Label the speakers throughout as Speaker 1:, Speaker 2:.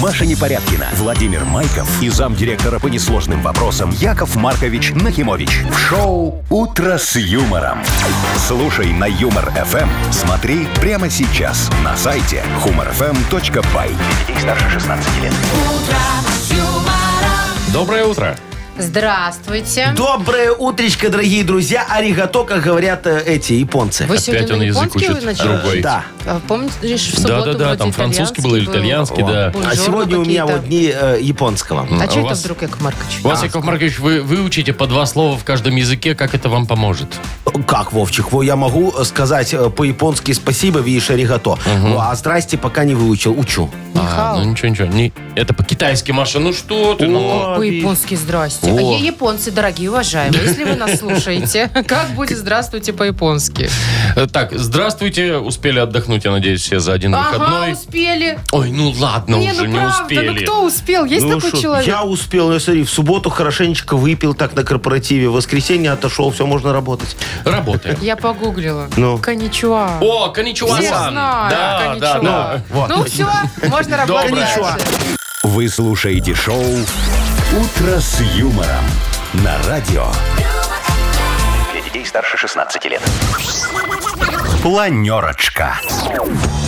Speaker 1: Маша Непорядкина, Владимир Майков и замдиректора по несложным вопросам Яков Маркович Нахимович. В шоу «Утро с юмором». Слушай на «Юмор-ФМ». Смотри прямо сейчас на сайте humorfm.by. Для детей старше 16 лет.
Speaker 2: Доброе утро.
Speaker 3: Здравствуйте.
Speaker 4: Доброе утречко, дорогие друзья. Аригато, как говорят э, эти японцы.
Speaker 3: Вы
Speaker 2: Опять
Speaker 3: сегодня
Speaker 2: он
Speaker 3: на
Speaker 2: язык
Speaker 3: японский
Speaker 2: учит
Speaker 3: начали?
Speaker 2: другой.
Speaker 4: Да.
Speaker 3: А Помнишь, в субботу
Speaker 2: Да-да-да,
Speaker 3: вроде
Speaker 2: там французский был или итальянский,
Speaker 3: был.
Speaker 2: да.
Speaker 4: А
Speaker 3: Бонжорно
Speaker 4: сегодня у меня
Speaker 3: какие-то.
Speaker 4: вот дни э, японского.
Speaker 3: А
Speaker 2: А у
Speaker 3: что это
Speaker 2: вас-
Speaker 3: вдруг, Яков Маркович?
Speaker 2: У вас, Яков Маркович, вы выучите по два слова в каждом языке, как это вам поможет.
Speaker 4: Как, Вовчик? Во, я могу сказать э, по-японски спасибо, видишь, аригато. Во, А здрасте пока не выучил. Учу.
Speaker 2: А, ну ничего, ничего. Не- Это по-китайски, Маша. Ну что ты? ну?
Speaker 3: По-японски здрасте. А
Speaker 4: О.
Speaker 3: я японцы, дорогие, уважаемые, если вы нас слушаете, как будет здравствуйте по-японски?
Speaker 2: Э, Так, здравствуйте. Успели отдохнуть, я надеюсь, все за один
Speaker 3: Ага,
Speaker 2: выходной.
Speaker 3: успели.
Speaker 2: Ой, ну ладно
Speaker 3: Не,
Speaker 2: уже,
Speaker 3: ну
Speaker 2: не
Speaker 3: правда, ну
Speaker 2: успели.
Speaker 3: кто успел? Есть
Speaker 4: Ну
Speaker 3: такой
Speaker 4: шо,
Speaker 3: человек?
Speaker 4: Я успел, я смотри, в субботу хорошенечко выпил так на корпоративе, в воскресенье отошел, все, можно работать.
Speaker 2: Работаем.
Speaker 3: Я погуглила.
Speaker 4: Ну.
Speaker 3: Коничуа.
Speaker 2: О, коничуа
Speaker 3: Все знают.
Speaker 2: Да, да,
Speaker 3: коничуа.
Speaker 2: да.
Speaker 3: Ну все, можно работать
Speaker 2: Доброе.
Speaker 3: дальше.
Speaker 1: Вы слушаете шоу «Утро с юмором» на радио. Для детей старше 16 лет. Планерочка.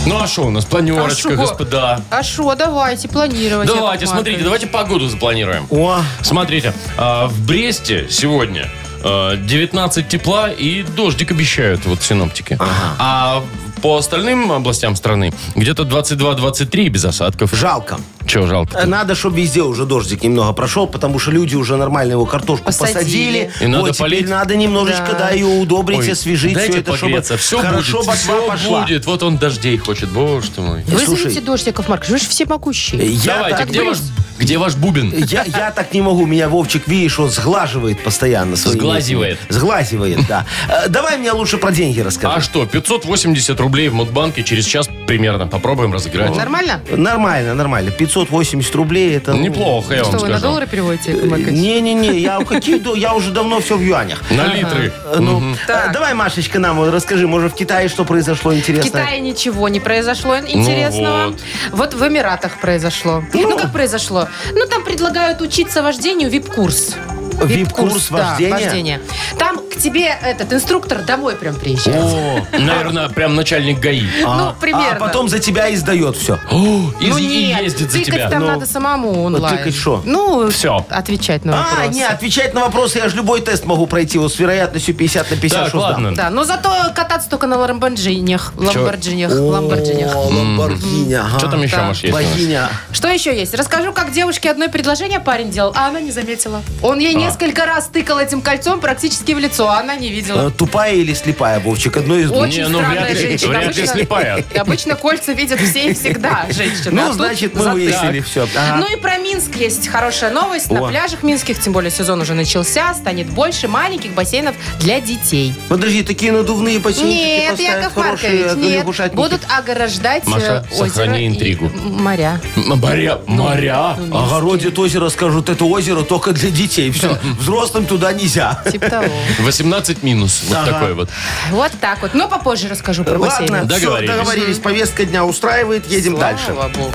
Speaker 2: Ну а что у нас? Планерочка,
Speaker 3: А шо?
Speaker 2: господа.
Speaker 3: А что, давайте планировать.
Speaker 2: Давайте,
Speaker 3: Яков
Speaker 2: смотрите,
Speaker 3: Маркович.
Speaker 2: давайте погоду запланируем.
Speaker 4: О,
Speaker 2: Смотрите, а, в Бресте сегодня а, 19 тепла и дождик обещают вот синоптики. А по остальным областям страны где-то 22-23 без осадков.
Speaker 4: жалко.
Speaker 2: Чего
Speaker 4: Э,
Speaker 2: жалко?
Speaker 4: Надо, чтобы везде уже дождик немного прошел, потому что люди уже нормально его картошку
Speaker 3: Посадили.
Speaker 4: посадили.
Speaker 2: И надо
Speaker 4: Вот, теперь
Speaker 2: полить.
Speaker 4: надо немножечко,
Speaker 3: Да.
Speaker 4: да, ее удобрить,
Speaker 2: Ой,
Speaker 4: освежить,
Speaker 2: дайте
Speaker 4: все это, чтобы
Speaker 2: погреться. Все
Speaker 4: хорошо
Speaker 2: будет,
Speaker 4: ботва
Speaker 2: все
Speaker 4: пошла.
Speaker 2: будет. Вот он дождей хочет, боже ты мой.
Speaker 3: Вызовите
Speaker 4: Слушай.
Speaker 3: дождь, Яков Маркович, вы же
Speaker 4: Э,
Speaker 3: всемогущий.
Speaker 4: Я
Speaker 2: Давайте,
Speaker 4: так,
Speaker 2: где ваш, где ваш бубен?
Speaker 4: я, я так не могу. Меня Вовчик, видишь, он сглаживает постоянно. своими
Speaker 2: Сглазивает.
Speaker 4: этими. Сглазивает, да. Э, Давай мне лучше про деньги
Speaker 2: А
Speaker 4: расскажи.
Speaker 2: что, 580 рублей в Мудбанке через час примерно. Попробуем разыграть.
Speaker 3: Нормально?
Speaker 4: Нормально, нормально. 580 рублей это... ну,
Speaker 2: А Неплохо, я вам
Speaker 3: Что, вы на
Speaker 2: скажу.
Speaker 3: доллары переводите, Яков Маркович?
Speaker 4: Не-не-не, я, в какие до- я уже давно все в юанях.
Speaker 2: На литры.
Speaker 4: Э, Ну, э,
Speaker 3: Так.
Speaker 4: давай, Машечка, нам вот расскажи, может, в Китае что произошло
Speaker 3: В
Speaker 4: интересное?
Speaker 3: Китае ничего не произошло интересного.
Speaker 2: вот.
Speaker 3: вот. в Эмиратах произошло. Ну, как произошло? Ну, там предлагают учиться вождению вип-курс.
Speaker 4: Вип-курс вождения?
Speaker 3: Там к тебе этот инструктор домой прям приезжает.
Speaker 2: О, наверное, прям начальник ГАИ.
Speaker 3: Ну, примерно.
Speaker 4: А потом за тебя издает все.
Speaker 2: О, и,
Speaker 3: ну,
Speaker 2: и
Speaker 3: нет,
Speaker 2: ездит за
Speaker 3: тыкать
Speaker 2: тебя.
Speaker 3: там
Speaker 4: Ну.
Speaker 3: надо самому онлайн.
Speaker 4: тыкать шо?
Speaker 3: Ну,
Speaker 2: Всё.
Speaker 3: отвечать на вопросы.
Speaker 4: А, не, отвечать на вопросы, я же любой тест могу пройти, вот с вероятностью 50 на 50.
Speaker 2: Так,
Speaker 4: что сдам.
Speaker 2: ладно.
Speaker 3: Да, но зато кататься только на ламборджинях. Ламборджинях. Ламборджинях.
Speaker 4: О, Ламборгини, ага.
Speaker 2: Ну, Что там еще,
Speaker 3: Да.
Speaker 2: Маш, есть? у нас?
Speaker 4: Богиня.
Speaker 3: Что еще есть? Расскажу, как девушке одно предложение парень делал, а она не заметила. Он
Speaker 2: А.
Speaker 3: ей несколько раз тыкал этим кольцом практически в лицо, а она не видела.
Speaker 4: Э, Тупая или слепая, Вовчик? Одно из двух.
Speaker 3: Очень
Speaker 2: Не, ну,
Speaker 3: странная
Speaker 2: вряд ли-
Speaker 3: женщина.
Speaker 2: вряд ли
Speaker 3: Обычно-
Speaker 2: слепая.
Speaker 3: Обычно кольца видят все и всегда женщины. а
Speaker 4: Ну,
Speaker 3: тут
Speaker 4: значит, мы
Speaker 3: затык.
Speaker 4: выяснили все.
Speaker 2: А.
Speaker 3: Ну и про Минск есть хорошая новость. На
Speaker 4: О.
Speaker 3: пляжах минских, тем более сезон уже начался, станет больше маленьких бассейнов для детей.
Speaker 4: Ну, Подожди, такие надувные бассейники
Speaker 3: Нет,
Speaker 4: поставят,
Speaker 3: Яков
Speaker 4: хорошие
Speaker 3: Маркович,
Speaker 4: э,
Speaker 3: нет.
Speaker 4: лягушатники.
Speaker 3: Будут ограждать э,
Speaker 2: Маша,
Speaker 3: озеро
Speaker 2: сохрани
Speaker 3: и
Speaker 2: интригу.
Speaker 3: моря.
Speaker 2: М- Моря, моря.
Speaker 4: Ну,
Speaker 2: А,
Speaker 4: Огородят озеро, скажут, это озеро только для детей. Все, взрослым туда нельзя.
Speaker 3: Типа того.
Speaker 2: 18 минус. Вот
Speaker 4: Ага.
Speaker 2: такой вот.
Speaker 3: Вот так вот. Но попозже расскажу про бассейны.
Speaker 4: Ладно, все,
Speaker 2: Договорились.
Speaker 4: договорились. Повестка дня устраивает, едем дальше.
Speaker 3: Слава богу.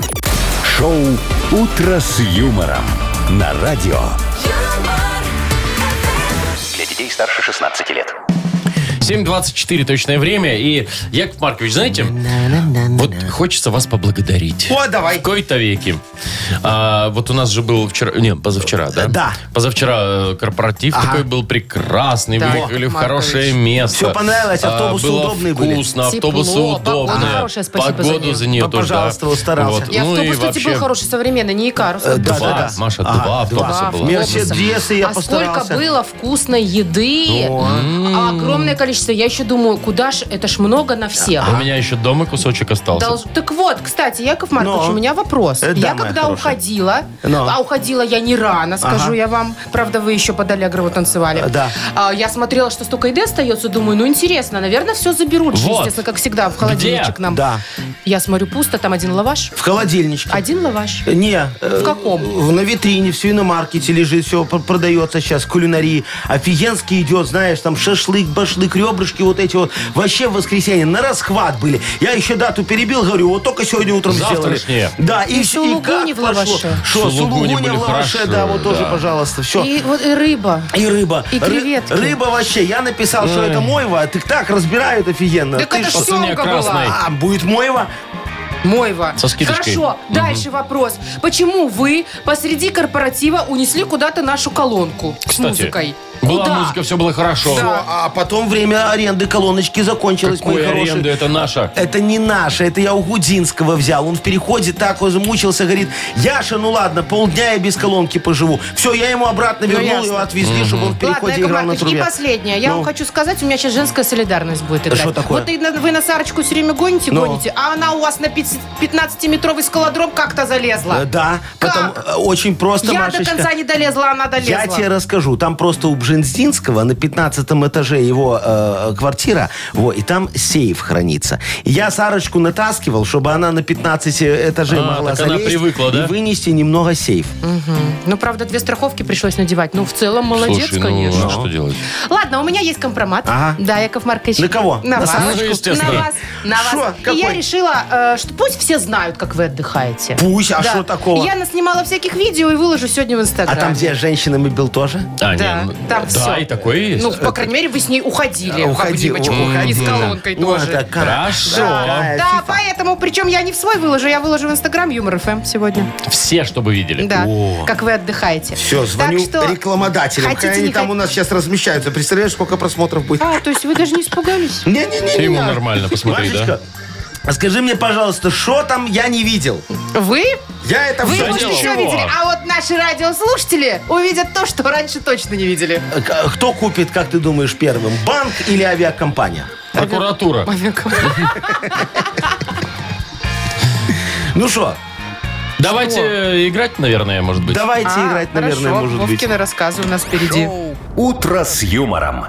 Speaker 1: Шоу «Утро с юмором» на радио. Для детей старше 16 лет.
Speaker 2: 7.24 точное время. И, Яков Маркович, знаете, вот хочется вас поблагодарить.
Speaker 4: О, давай.
Speaker 2: В кои-то веки. А, вот у нас же был вчера, не, позавчера, да?
Speaker 4: Да.
Speaker 2: Позавчера э, корпоратив
Speaker 4: Ага.
Speaker 2: такой был прекрасный.
Speaker 3: Да.
Speaker 2: Выехали в
Speaker 3: Яков
Speaker 2: хорошее
Speaker 3: Маркович.
Speaker 2: место. А,
Speaker 4: Всё понравилось, автобусы
Speaker 2: было
Speaker 4: удобные были.
Speaker 2: вкусно,
Speaker 3: Тепло,
Speaker 2: автобусы
Speaker 3: погода
Speaker 2: удобные.
Speaker 3: хорошая, спасибо за
Speaker 2: Погоду
Speaker 3: неё.
Speaker 2: за нее
Speaker 4: Да,
Speaker 2: тоже,
Speaker 4: пожалуйста,
Speaker 2: да.
Speaker 4: вот старался.
Speaker 2: Вот.
Speaker 3: И
Speaker 2: Ну
Speaker 3: автобус,
Speaker 2: и
Speaker 3: кстати, был
Speaker 2: вообще,
Speaker 3: хороший, современный, не Икарус.
Speaker 4: Э, да,
Speaker 2: Два,
Speaker 4: да, да.
Speaker 2: Маша,
Speaker 4: Ага,
Speaker 2: два автобуса
Speaker 3: Два
Speaker 2: было.
Speaker 4: Мерседесы я
Speaker 3: а
Speaker 4: постарался.
Speaker 3: сколько было вкусной еды, а огромное количество. Я еще думаю, куда ж, это ж много на всех.
Speaker 4: А,
Speaker 2: У меня еще дома кусочек остался.
Speaker 3: Долж- Так вот, кстати, Яков Маркович,
Speaker 4: Но.
Speaker 3: у меня вопрос.
Speaker 4: Э, да,
Speaker 3: я
Speaker 4: моя
Speaker 3: когда
Speaker 4: хорошая.
Speaker 3: уходила,
Speaker 4: Но.
Speaker 3: а уходила я не рано, скажу я вам, правда, вы еще под Аллегрову танцевали.
Speaker 4: Э, да.
Speaker 3: А, я смотрела, что столько еды остается, думаю, ну интересно, наверное, все заберут, же,
Speaker 2: Вот.
Speaker 3: естественно, как всегда, в холодильничек
Speaker 2: Где?
Speaker 3: нам.
Speaker 4: Да.
Speaker 3: Я смотрю, пусто, там один лаваш.
Speaker 4: В холодильничке.
Speaker 3: Один лаваш.
Speaker 4: Не.
Speaker 3: А
Speaker 4: э,
Speaker 3: В каком?
Speaker 4: В, на витрине, в свиномаркете лежит, все продается сейчас, кулинарии. Офигенский идет, знаешь, там шашлык, башлык, ребрышки вот эти вот. Вообще в воскресенье на расхват были. Я еще дату перебил, говорю, вот только сегодня утром сделали.
Speaker 2: Завтрашнее.
Speaker 4: Да, и,
Speaker 3: И
Speaker 4: всё,
Speaker 3: сулугуни
Speaker 4: как
Speaker 3: в лаваше.
Speaker 4: пошло. Что,
Speaker 2: Сулугуни
Speaker 4: сулугуни
Speaker 2: были
Speaker 4: в лаваше,
Speaker 2: хорошо,
Speaker 4: да, вот тоже,
Speaker 2: да.
Speaker 4: пожалуйста, все.
Speaker 3: И вот и рыба.
Speaker 4: И рыба.
Speaker 3: И
Speaker 4: Ры-
Speaker 3: креветки.
Speaker 4: рыба вообще. Я написал, что это мойва, а ты так разбирают офигенно.
Speaker 3: Так
Speaker 4: Ты
Speaker 3: это
Speaker 4: ж-
Speaker 3: ж
Speaker 2: пацаны,
Speaker 3: семга
Speaker 2: красный.
Speaker 3: была.
Speaker 4: А, будет мойва?
Speaker 3: Мойва.
Speaker 2: Со скидочкой.
Speaker 3: Хорошо. Дальше вопрос. Почему вы посреди корпоратива унесли куда-то нашу колонку с
Speaker 2: Кстати,
Speaker 3: музыкой?
Speaker 2: Была
Speaker 3: Куда?
Speaker 2: музыка, все было хорошо.
Speaker 3: Да.
Speaker 4: А потом время аренды колоночки закончилось, мои
Speaker 2: Какой
Speaker 4: хорошие.
Speaker 2: аренды, это наша.
Speaker 4: Это не наше, это я у Гудинского взял. Он в переходе так замучился, говорит, Яша, ну ладно, полдня я без колонки поживу. Все, я ему обратно
Speaker 3: Ну,
Speaker 4: вернул,
Speaker 3: ясно.
Speaker 4: его отвезли, чтобы он в
Speaker 3: Ладно,
Speaker 4: переходе
Speaker 3: Яков
Speaker 4: играл на
Speaker 3: Маркович, и
Speaker 4: трубе.
Speaker 3: последнее. Я
Speaker 4: Ну.
Speaker 3: вам хочу сказать, у меня сейчас женская солидарность будет играть.
Speaker 4: что такое?
Speaker 3: Вот и на- вы на Сарочку все время гоните,
Speaker 4: Ну.
Speaker 3: гоните, а она у вас на 15-метровый скалодром как-то залезла.
Speaker 4: Э, Да,
Speaker 3: Как?
Speaker 4: потом э, очень просто,
Speaker 3: Я
Speaker 4: Машечка.
Speaker 3: до конца не долезла, она долезла.
Speaker 4: Я тебе расскажу. Там просто у Бжензинского на 15 этаже его э, квартира, во, и там сейф хранится. И Я Сарочку натаскивал, чтобы она на 15 этажей
Speaker 2: А,
Speaker 4: могла
Speaker 2: так она
Speaker 4: залезть
Speaker 2: привыкла, да?
Speaker 4: и вынести немного сейф.
Speaker 3: Ну, правда, две страховки пришлось надевать. Ну, в целом, молодец,
Speaker 2: Слушай, ну,
Speaker 3: конечно.
Speaker 2: а что делать?
Speaker 3: Ладно, у меня есть компромат.
Speaker 4: Ага.
Speaker 3: Да, Яков Маркович.
Speaker 4: На кого?
Speaker 3: На,
Speaker 4: На
Speaker 3: вас.
Speaker 4: Сарочку?
Speaker 2: Ну, естественно.
Speaker 3: На вас. На вас.
Speaker 4: Шо?
Speaker 3: И я
Speaker 4: Какой?
Speaker 3: решила, э, что пусть все знают, как вы отдыхаете.
Speaker 4: Пусть, а
Speaker 3: Да.
Speaker 4: что такого?
Speaker 3: Я наснимала всяких видео и выложу сегодня в
Speaker 4: А
Speaker 3: Инстаграм.
Speaker 4: там, где с женщинами был тоже?
Speaker 2: А,
Speaker 3: Да,
Speaker 2: не,
Speaker 3: там
Speaker 2: да,
Speaker 3: все.
Speaker 2: и такое есть.
Speaker 3: Ну, по крайней мере, вы с ней уходили.
Speaker 4: А, уходи,
Speaker 3: в обнимочку.
Speaker 4: уходи,
Speaker 3: И с колонкой
Speaker 4: да. Ну, типа.
Speaker 3: тоже.
Speaker 4: это как?
Speaker 2: Хорошо.
Speaker 4: Да,
Speaker 3: Да, поэтому, причем я не в свой выложу, я выложу в Инстаграм Юмор ФМ сегодня.
Speaker 2: Все, чтобы видели.
Speaker 3: Да,
Speaker 4: О.
Speaker 3: как вы отдыхаете.
Speaker 4: Все, звоню
Speaker 3: Так что-
Speaker 4: рекламодателям.
Speaker 3: Хотите,
Speaker 4: Хотя они
Speaker 3: не
Speaker 4: там
Speaker 3: хот-
Speaker 4: у нас сейчас размещаются. Представляешь, сколько просмотров будет?
Speaker 3: А, то есть вы даже не испугались?
Speaker 4: Не-не-не.
Speaker 2: Ты ему нормально посмотри, да?
Speaker 4: Машечка, а скажи мне, пожалуйста, что там я не видел?
Speaker 3: Вы?
Speaker 4: Я это
Speaker 3: Вы,
Speaker 4: всё
Speaker 2: Да
Speaker 3: может,
Speaker 4: видел.
Speaker 2: ничего.
Speaker 3: еще видели, а вот наши радиослушатели увидят то, что раньше точно не видели.
Speaker 4: К- Кто купит, как ты думаешь, первым? Банк или авиакомпания?
Speaker 2: Прокуратура.
Speaker 4: Ну что,
Speaker 2: Давайте э, играть, наверное, может быть.
Speaker 4: давайте
Speaker 3: А,
Speaker 4: играть, наверное,
Speaker 3: хорошо,
Speaker 4: может быть.
Speaker 3: Вовкины рассказы у нас впереди.
Speaker 1: «Утро с юмором».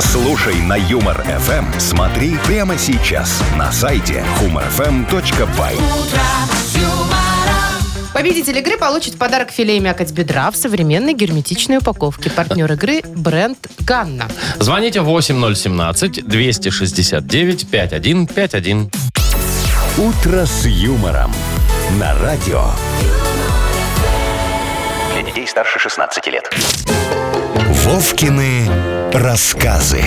Speaker 1: Слушай на Юмор ФМ. Смотри прямо сейчас на сайте humorfm.by.
Speaker 3: Победитель игры получит в подарок филе мякоть бедра в современной герметичной упаковке. Партнер игры бренд Ганна.
Speaker 2: Звоните 8017-269-5151.
Speaker 1: «Утро с юмором» на радио.
Speaker 5: Для детей старше 16 лет.
Speaker 1: Вовкины рассказы.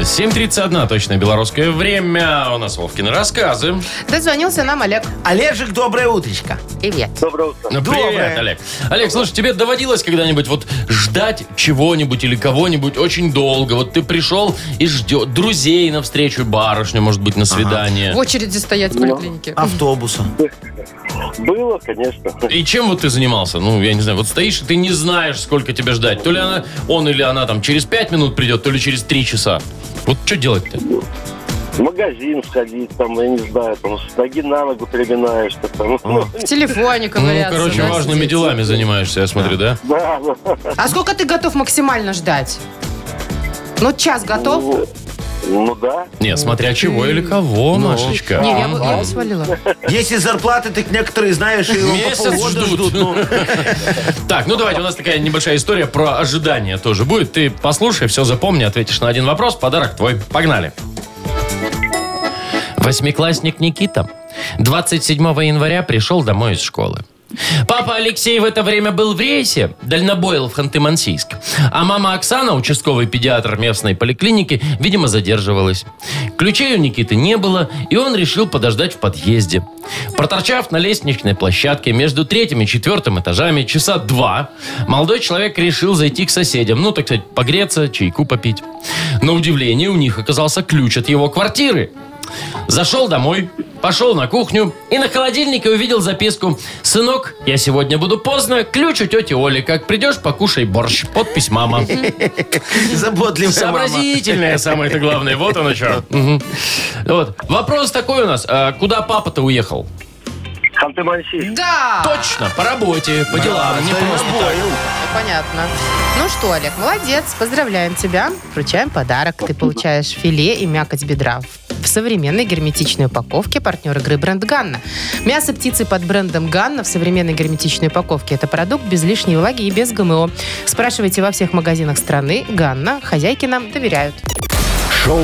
Speaker 2: 7.31, точно белорусское время. У нас Вовкины рассказы.
Speaker 3: Дозвонился нам Олег.
Speaker 4: Олежек, доброе утречко.
Speaker 3: Привет.
Speaker 2: Ну,
Speaker 4: Доброе.
Speaker 2: Привет, Олег. Олег, слушай, тебе доводилось когда-нибудь вот ждать чего-нибудь или кого-нибудь очень долго? Вот ты пришел и ждет друзей навстречу, барышню, может быть, на свидание.
Speaker 3: В очереди стоять в поликлинике.
Speaker 4: Автобуса.
Speaker 6: Было, конечно.
Speaker 2: И чем вот ты занимался? Ну, я не знаю, вот стоишь, и ты не знаешь, сколько тебя ждать. То ли она, он или она там через 5 минут придет, то ли через 3 часа. Вот что делать-то? Ну,
Speaker 6: В магазин сходить, там, я не знаю, там, с ноги на ногу переминаешься. Там. Ну,
Speaker 3: В телефоне
Speaker 2: Ну,
Speaker 3: ковыряться.
Speaker 2: короче,
Speaker 3: да,
Speaker 2: важными
Speaker 3: сидеть.
Speaker 2: делами занимаешься, я смотрю, да?
Speaker 6: да, ну,
Speaker 3: А сколько ты готов максимально ждать? Ну, час готов?
Speaker 6: ну да.
Speaker 2: Нет, смотря чего или кого, Машечка.
Speaker 3: Не, я бы, я бы свалила.
Speaker 4: Если зарплаты, так некоторые, знаешь, и
Speaker 2: Месяц
Speaker 4: по полгода
Speaker 2: ждут.
Speaker 4: ждут. ну.
Speaker 2: Так, ну давайте, у нас такая небольшая история про ожидание тоже будет. Ты послушай, все запомни, ответишь на один вопрос, подарок твой. Погнали. Восьмиклассник Никита 27 января пришел домой из школы. Папа Алексей в это время был в рейсе, дальнобоил в Ханты-Мансийск. А мама Оксана, участковый педиатр местной поликлиники, видимо, задерживалась. Ключей у Никиты не было, и он решил подождать в подъезде. Проторчав на лестничной площадке между третьим и четвертым этажами часа два, молодой человек решил зайти к соседям, ну, так сказать, погреться, чайку попить. На удивление у них оказался ключ от его квартиры. Зашел домой, пошел на кухню и на холодильнике увидел записку «Сынок, я сегодня буду поздно, ключ у тети Оли, как придешь, покушай борщ». Подпись «Мама».
Speaker 4: Заботливая мама.
Speaker 2: Сообразительная, самое-то главное. Вот оно что. Вот. Вопрос такой у нас. А Куда папа-то уехал?
Speaker 6: Ханты-Мансийск.
Speaker 3: Да,
Speaker 2: Точно, по работе, по делам, не просто так.
Speaker 3: понятно. Ну что, Олег, молодец. Поздравляем тебя. Вручаем подарок. Ты получаешь филе и мякоть бедра в- в современной герметичной упаковке партнер игры бренд Ганна. Мясо птицы под брендом Ганна в современной герметичной упаковке. Это продукт без лишней влаги и без ГМО. Спрашивайте во всех магазинах страны. Ганна. Хозяйки нам доверяют.
Speaker 1: Шоу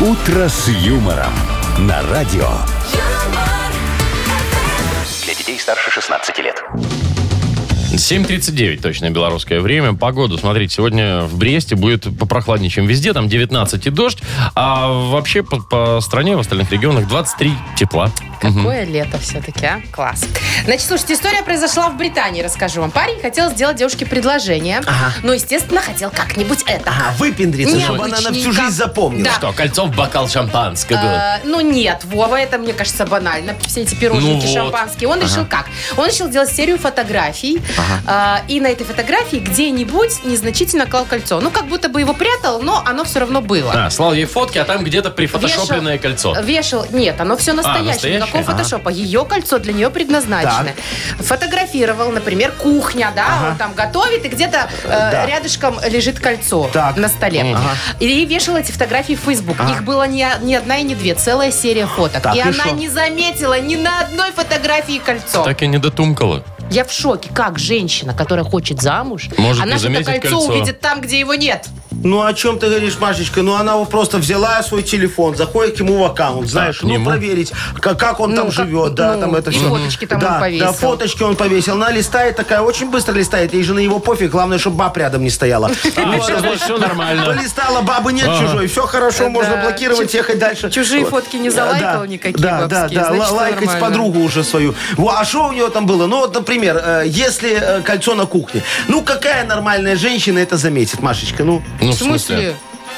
Speaker 1: «Утро с юмором» на радио.
Speaker 5: Для детей старше 16 лет.
Speaker 2: 7.39 точно белорусское время. Погоду, смотрите, сегодня в Бресте будет попрохладнее, чем везде. Там 19 и дождь. А вообще по, по стране, в остальных регионах 23 тепла.
Speaker 3: Какое лето все-таки, а? Класс. Значит, слушайте, история произошла в Британии, расскажу вам. Парень хотел сделать девушке предложение, но, естественно, хотел как-нибудь это.
Speaker 4: Ага, А, выпендриться, чтобы она на всю
Speaker 3: Необычненько.
Speaker 4: жизнь запомнила.
Speaker 3: Да.
Speaker 2: Что, кольцом в бокал шампанского?
Speaker 3: Э, ну нет, Вова, это, мне кажется, банально. Все эти пирожники,
Speaker 2: Ну вот.
Speaker 3: шампанские. Он решил как? Он решил делать серию фотографий. э, и на этой фотографии где-нибудь незначительно клал кольцо. Ну, как будто бы его прятал, но оно все равно было.
Speaker 2: А, слал ей фотки, а там где-то прифотошопленное
Speaker 3: Вешал-
Speaker 2: кольцо.
Speaker 3: Вешал. Нет, оно
Speaker 4: А,
Speaker 3: все настоящее.
Speaker 2: настоящее?
Speaker 3: Никакого фотошопа. Ее кольцо для нее предназначено. Фотографировал, например, кухня, да, он там готовит, и где-то э,
Speaker 4: да.
Speaker 3: рядышком лежит кольцо
Speaker 4: Так.
Speaker 3: на столе. И вешал эти фотографии в Facebook. Их было не, не одна и не две, целая серия фоток.
Speaker 4: Так,
Speaker 3: и,
Speaker 4: и
Speaker 3: она
Speaker 4: шо?
Speaker 3: не заметила ни на одной фотографии кольцо.
Speaker 2: Так и не дотумкала.
Speaker 3: Я в шоке. Как женщина, которая хочет замуж,
Speaker 2: Может
Speaker 3: она
Speaker 2: не
Speaker 3: же это
Speaker 2: заметить
Speaker 3: кольцо
Speaker 2: кольцо.
Speaker 3: увидит там, где его нет.
Speaker 4: Ну о чем ты говоришь, Машечка? Ну она вот просто взяла свой телефон, заходит к ему в аккаунт, знаешь,
Speaker 2: к
Speaker 4: ну
Speaker 2: нему?
Speaker 4: проверить, как, как он там
Speaker 3: как-
Speaker 4: живет, да,
Speaker 3: ну,
Speaker 4: там это
Speaker 3: и
Speaker 4: все.
Speaker 3: фоточки там он
Speaker 4: да,
Speaker 3: повесил.
Speaker 4: Да, фоточки он повесил. Она листает такая, очень быстро листает, ей же на его пофиг, главное, чтобы баб рядом не стояла.
Speaker 2: А, значит, все нормально.
Speaker 4: Полистала, бабы нет
Speaker 2: Ага.
Speaker 4: чужой, все хорошо, можно
Speaker 3: Да.
Speaker 4: блокировать, ехать дальше.
Speaker 3: чужие
Speaker 4: Вот.
Speaker 3: фотки не
Speaker 4: Да,
Speaker 3: залайкал
Speaker 4: да,
Speaker 3: никакие
Speaker 4: Да, да,
Speaker 3: бабские,
Speaker 4: да,
Speaker 3: значит,
Speaker 4: ла-
Speaker 3: всё
Speaker 4: лайкать
Speaker 3: нормально.
Speaker 4: подругу уже свою. Во, а что у нее там было? Ну вот, например, э, если э, кольцо на кухне, ну какая нормальная женщина это заметит, Машечка, ну?
Speaker 2: Ну,
Speaker 3: В смысле?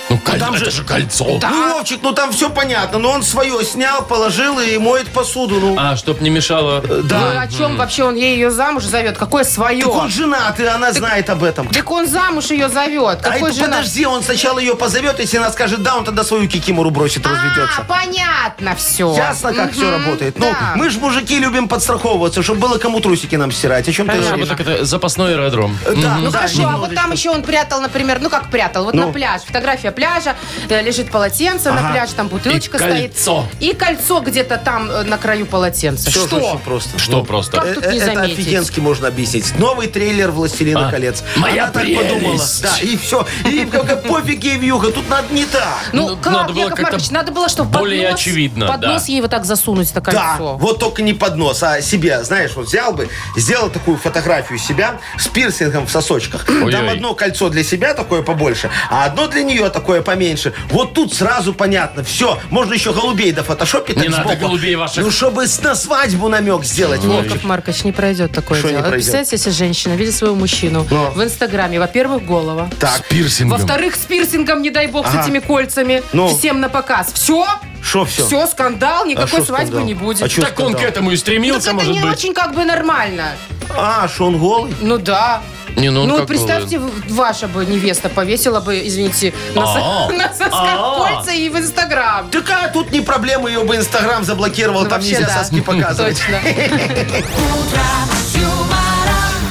Speaker 2: Ну, коль-
Speaker 4: там
Speaker 2: это
Speaker 4: же-
Speaker 2: же кольцо.
Speaker 4: Ну, Вовчик, ну там все понятно, но он свое снял, положил и моет посуду, ну.
Speaker 2: А, чтоб не мешало.
Speaker 3: Ну, и о чем вообще он ей ее замуж зовет? Какое свое?
Speaker 4: Так он женат, и она знает об этом.
Speaker 3: Так он замуж ее зовет.
Speaker 4: А
Speaker 3: Какой
Speaker 4: это
Speaker 3: же она-
Speaker 4: подожди, он сначала ее позовет, если она скажет да, он тогда свою кикимору бросит,
Speaker 3: А,
Speaker 4: разведется.
Speaker 3: понятно все.
Speaker 4: Ясно, как все работает. Ну,
Speaker 3: да.
Speaker 4: мы же мужики любим подстраховываться, чтобы было кому трусики нам стирать. О чем ты
Speaker 2: Чтобы
Speaker 4: говоришь?
Speaker 2: так это запасной аэродром.
Speaker 4: Э, да,
Speaker 3: Ну
Speaker 4: да,
Speaker 3: хорошо, а вот
Speaker 4: немножечко.
Speaker 3: там еще он прятал, например, ну как прятал, вот
Speaker 4: Ну.
Speaker 3: на пляж, фотография пляжа, э, лежит полотенце на
Speaker 4: Ага.
Speaker 3: пляж, там бутылочка
Speaker 2: И
Speaker 3: стоит.
Speaker 2: кольцо.
Speaker 3: И кольцо где-то там э, на краю полотенца.
Speaker 4: Всё же очень
Speaker 3: что?
Speaker 4: просто.
Speaker 2: Что
Speaker 4: Ну,
Speaker 2: просто?
Speaker 4: э,
Speaker 3: Как тут не
Speaker 4: это
Speaker 3: заметить?
Speaker 4: офигенски можно объяснить. Новый трейлер «Властелина
Speaker 2: А,
Speaker 4: колец».
Speaker 2: моя
Speaker 4: Она так
Speaker 2: прелесть.
Speaker 4: подумала. Да, и все. И как- пофиг ей вьюга, тут надо не так.
Speaker 3: Ну,
Speaker 2: Ну,
Speaker 3: как,
Speaker 2: надо было
Speaker 3: Яков
Speaker 2: как-то
Speaker 3: Маркович, надо было, что в
Speaker 2: более
Speaker 3: поднос,
Speaker 2: очевидно,
Speaker 3: под
Speaker 2: да.
Speaker 3: нос ей вот так засунуть это
Speaker 4: Да,
Speaker 3: кольцо.
Speaker 4: вот только не под нос, а себе, знаешь, вот взял бы, сделал такую фотографию себя с пирсингом в сосочках. Там
Speaker 2: Ой-ой.
Speaker 4: одно кольцо для себя такое побольше, а одно для нее такое поменьше. Вот тут сразу понятно, все, можно еще голубей до фотошопить.
Speaker 2: Не надо голубей ваших.
Speaker 4: Ну, чтобы с- на свадьбу намек сделать. Вовчик.
Speaker 3: Яков Маркович, не пройдет такое
Speaker 4: Ну, Что не
Speaker 3: дело. Вот
Speaker 4: пройдет?
Speaker 3: Представляете, если женщина видит своего мужчину
Speaker 4: Ну.
Speaker 3: в Инстаграме, во-первых, голова.
Speaker 4: Так,
Speaker 2: пирсингом.
Speaker 3: Во-вторых, с пирсингом, не дай бог,
Speaker 4: Ага.
Speaker 3: с этими кольцами.
Speaker 4: Ну.
Speaker 3: Всем на показ. Все?
Speaker 4: Шо всё? А
Speaker 3: Все, скандал, никакой
Speaker 4: шо
Speaker 3: свадьбы
Speaker 4: скандал?
Speaker 3: не будет. ну,
Speaker 4: А чё
Speaker 2: Так он к этому и
Speaker 3: так
Speaker 2: стремился,
Speaker 3: это
Speaker 2: может
Speaker 3: не
Speaker 2: быть.
Speaker 3: очень как бы нормально.
Speaker 4: а, что он голый?
Speaker 3: Ну да.
Speaker 2: Не, ну он
Speaker 3: вот
Speaker 2: как
Speaker 3: представьте, в- ваша бы невеста повесила бы, извините, на, со-
Speaker 4: А.
Speaker 2: А-а.
Speaker 3: на сосках
Speaker 2: А-а.
Speaker 3: кольца и в Инстаграм.
Speaker 4: Так а тут не проблема, ее бы Инстаграм заблокировал,
Speaker 3: Ну,
Speaker 4: там
Speaker 3: вообще
Speaker 4: нельзя
Speaker 3: да.
Speaker 4: соски показывать.
Speaker 3: Точно.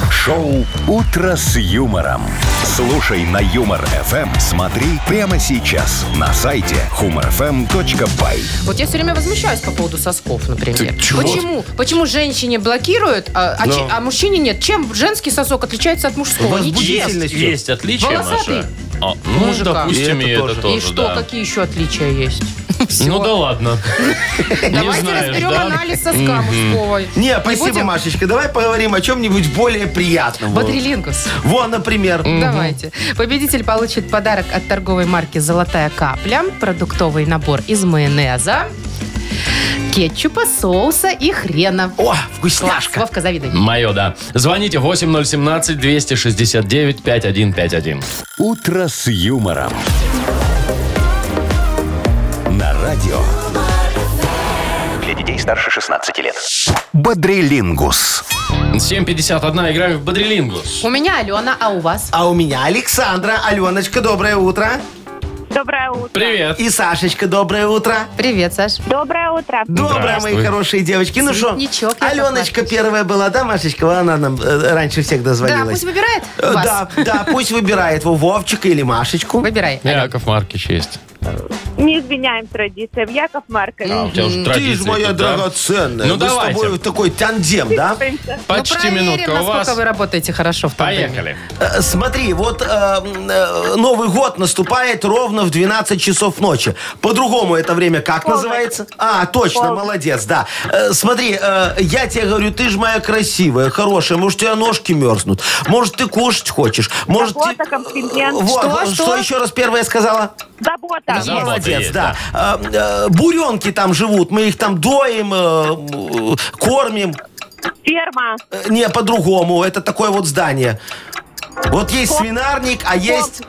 Speaker 1: Шоу «Утро с юмором». Слушай на Юмор ФМ. Смотри прямо сейчас на сайте humorfm.by.
Speaker 3: Вот я все время возмущаюсь по поводу сосков, например.
Speaker 2: Ты чего?
Speaker 3: Почему? Почему женщине блокируют, а, а
Speaker 4: Ну.
Speaker 3: че- а мужчине нет? Чем женский сосок отличается от мужского?
Speaker 4: Возбудитель.
Speaker 3: Ничем.
Speaker 2: Есть,
Speaker 4: деятельностью.
Speaker 2: есть отличия,
Speaker 3: Волосатый?
Speaker 2: Маша. А, ну,
Speaker 3: Мужика.
Speaker 2: допустим, и
Speaker 4: И
Speaker 2: это,
Speaker 4: это
Speaker 2: тоже.
Speaker 4: тоже.
Speaker 2: тоже,
Speaker 3: И что,
Speaker 2: да.
Speaker 3: какие еще отличия есть?
Speaker 2: Ну да ладно.
Speaker 3: Давайте
Speaker 2: знаешь,
Speaker 3: разберем
Speaker 2: да?
Speaker 3: анализ соска мужского.
Speaker 4: Не, спасибо,
Speaker 3: будем?
Speaker 4: Машечка. Давай поговорим о чем-нибудь более приятном.
Speaker 3: Бодрилингус.
Speaker 4: Во, например.
Speaker 3: Давайте. Победитель получит подарок от торговой марки «Золотая капля», продуктовый набор из майонеза, кетчупа, соуса и хрена.
Speaker 4: О,
Speaker 3: Класс.
Speaker 4: вкусняшка.
Speaker 3: Вовка, завидуй.
Speaker 2: Мое, да. Звоните 8017-269-5151.
Speaker 1: «Утро с юмором». На радио
Speaker 5: Для детей старше 16 лет.
Speaker 1: «Бодрилингус».
Speaker 2: 7.51, играем в Бодрилингус.
Speaker 3: У меня Алена, а у вас?
Speaker 4: А у меня Александра. Аленочка, доброе утро.
Speaker 7: Доброе утро.
Speaker 2: Привет.
Speaker 4: И Сашечка, доброе утро.
Speaker 3: Привет, Саш.
Speaker 7: Доброе утро.
Speaker 4: Доброе,
Speaker 2: Здравствуй.
Speaker 4: мои хорошие девочки. Ну что,
Speaker 3: Цветничок, Яков
Speaker 4: Аленочка
Speaker 3: Маркович.
Speaker 4: первая была, да, Машечка? Она нам э, раньше всех
Speaker 3: Да, пусть
Speaker 4: дозвонилась.
Speaker 3: выбирает
Speaker 4: Э,
Speaker 3: вас.
Speaker 4: да, да, пусть выбирает его Вовчика или Машечку.
Speaker 3: Выбирай. Ну,
Speaker 2: Яков Маркич есть.
Speaker 7: Не изменяем традициям. Яков Маркович.
Speaker 2: А, у тебя уже традиция.
Speaker 4: Ты же моя
Speaker 2: тут, да?
Speaker 4: драгоценная.
Speaker 2: Ну,
Speaker 4: Мы
Speaker 2: давайте.
Speaker 4: с тобой такой тандем, да?
Speaker 7: Сыпемся.
Speaker 3: ну,
Speaker 2: Почти
Speaker 3: проверим,
Speaker 2: минутка у
Speaker 3: насколько
Speaker 2: вас.
Speaker 3: вы работаете хорошо в тандеме.
Speaker 2: Поехали.
Speaker 4: Э, Смотри, вот э, м, э, Новый год наступает ровно в 12 часов ночи. По-другому это время как называется? А, точно, молодец, да. Э, смотри, э, я тебе говорю, ты же моя красивая, хорошая. Может, у тебя ножки мерзнут. Может, ты кушать хочешь. Может,
Speaker 7: Забота,
Speaker 4: ты-
Speaker 7: комплимент.
Speaker 4: Вот,
Speaker 3: Что,
Speaker 4: вот,
Speaker 3: что?
Speaker 4: что еще раз первое сказала?
Speaker 7: Забота.
Speaker 2: Забота
Speaker 4: Молодец,
Speaker 2: есть,
Speaker 4: да. Э, э, буренки там живут, мы их там доим, э, э, кормим.
Speaker 7: Ферма.
Speaker 4: Э, Не, по-другому. Это такое вот здание. Вот есть свинарник, а есть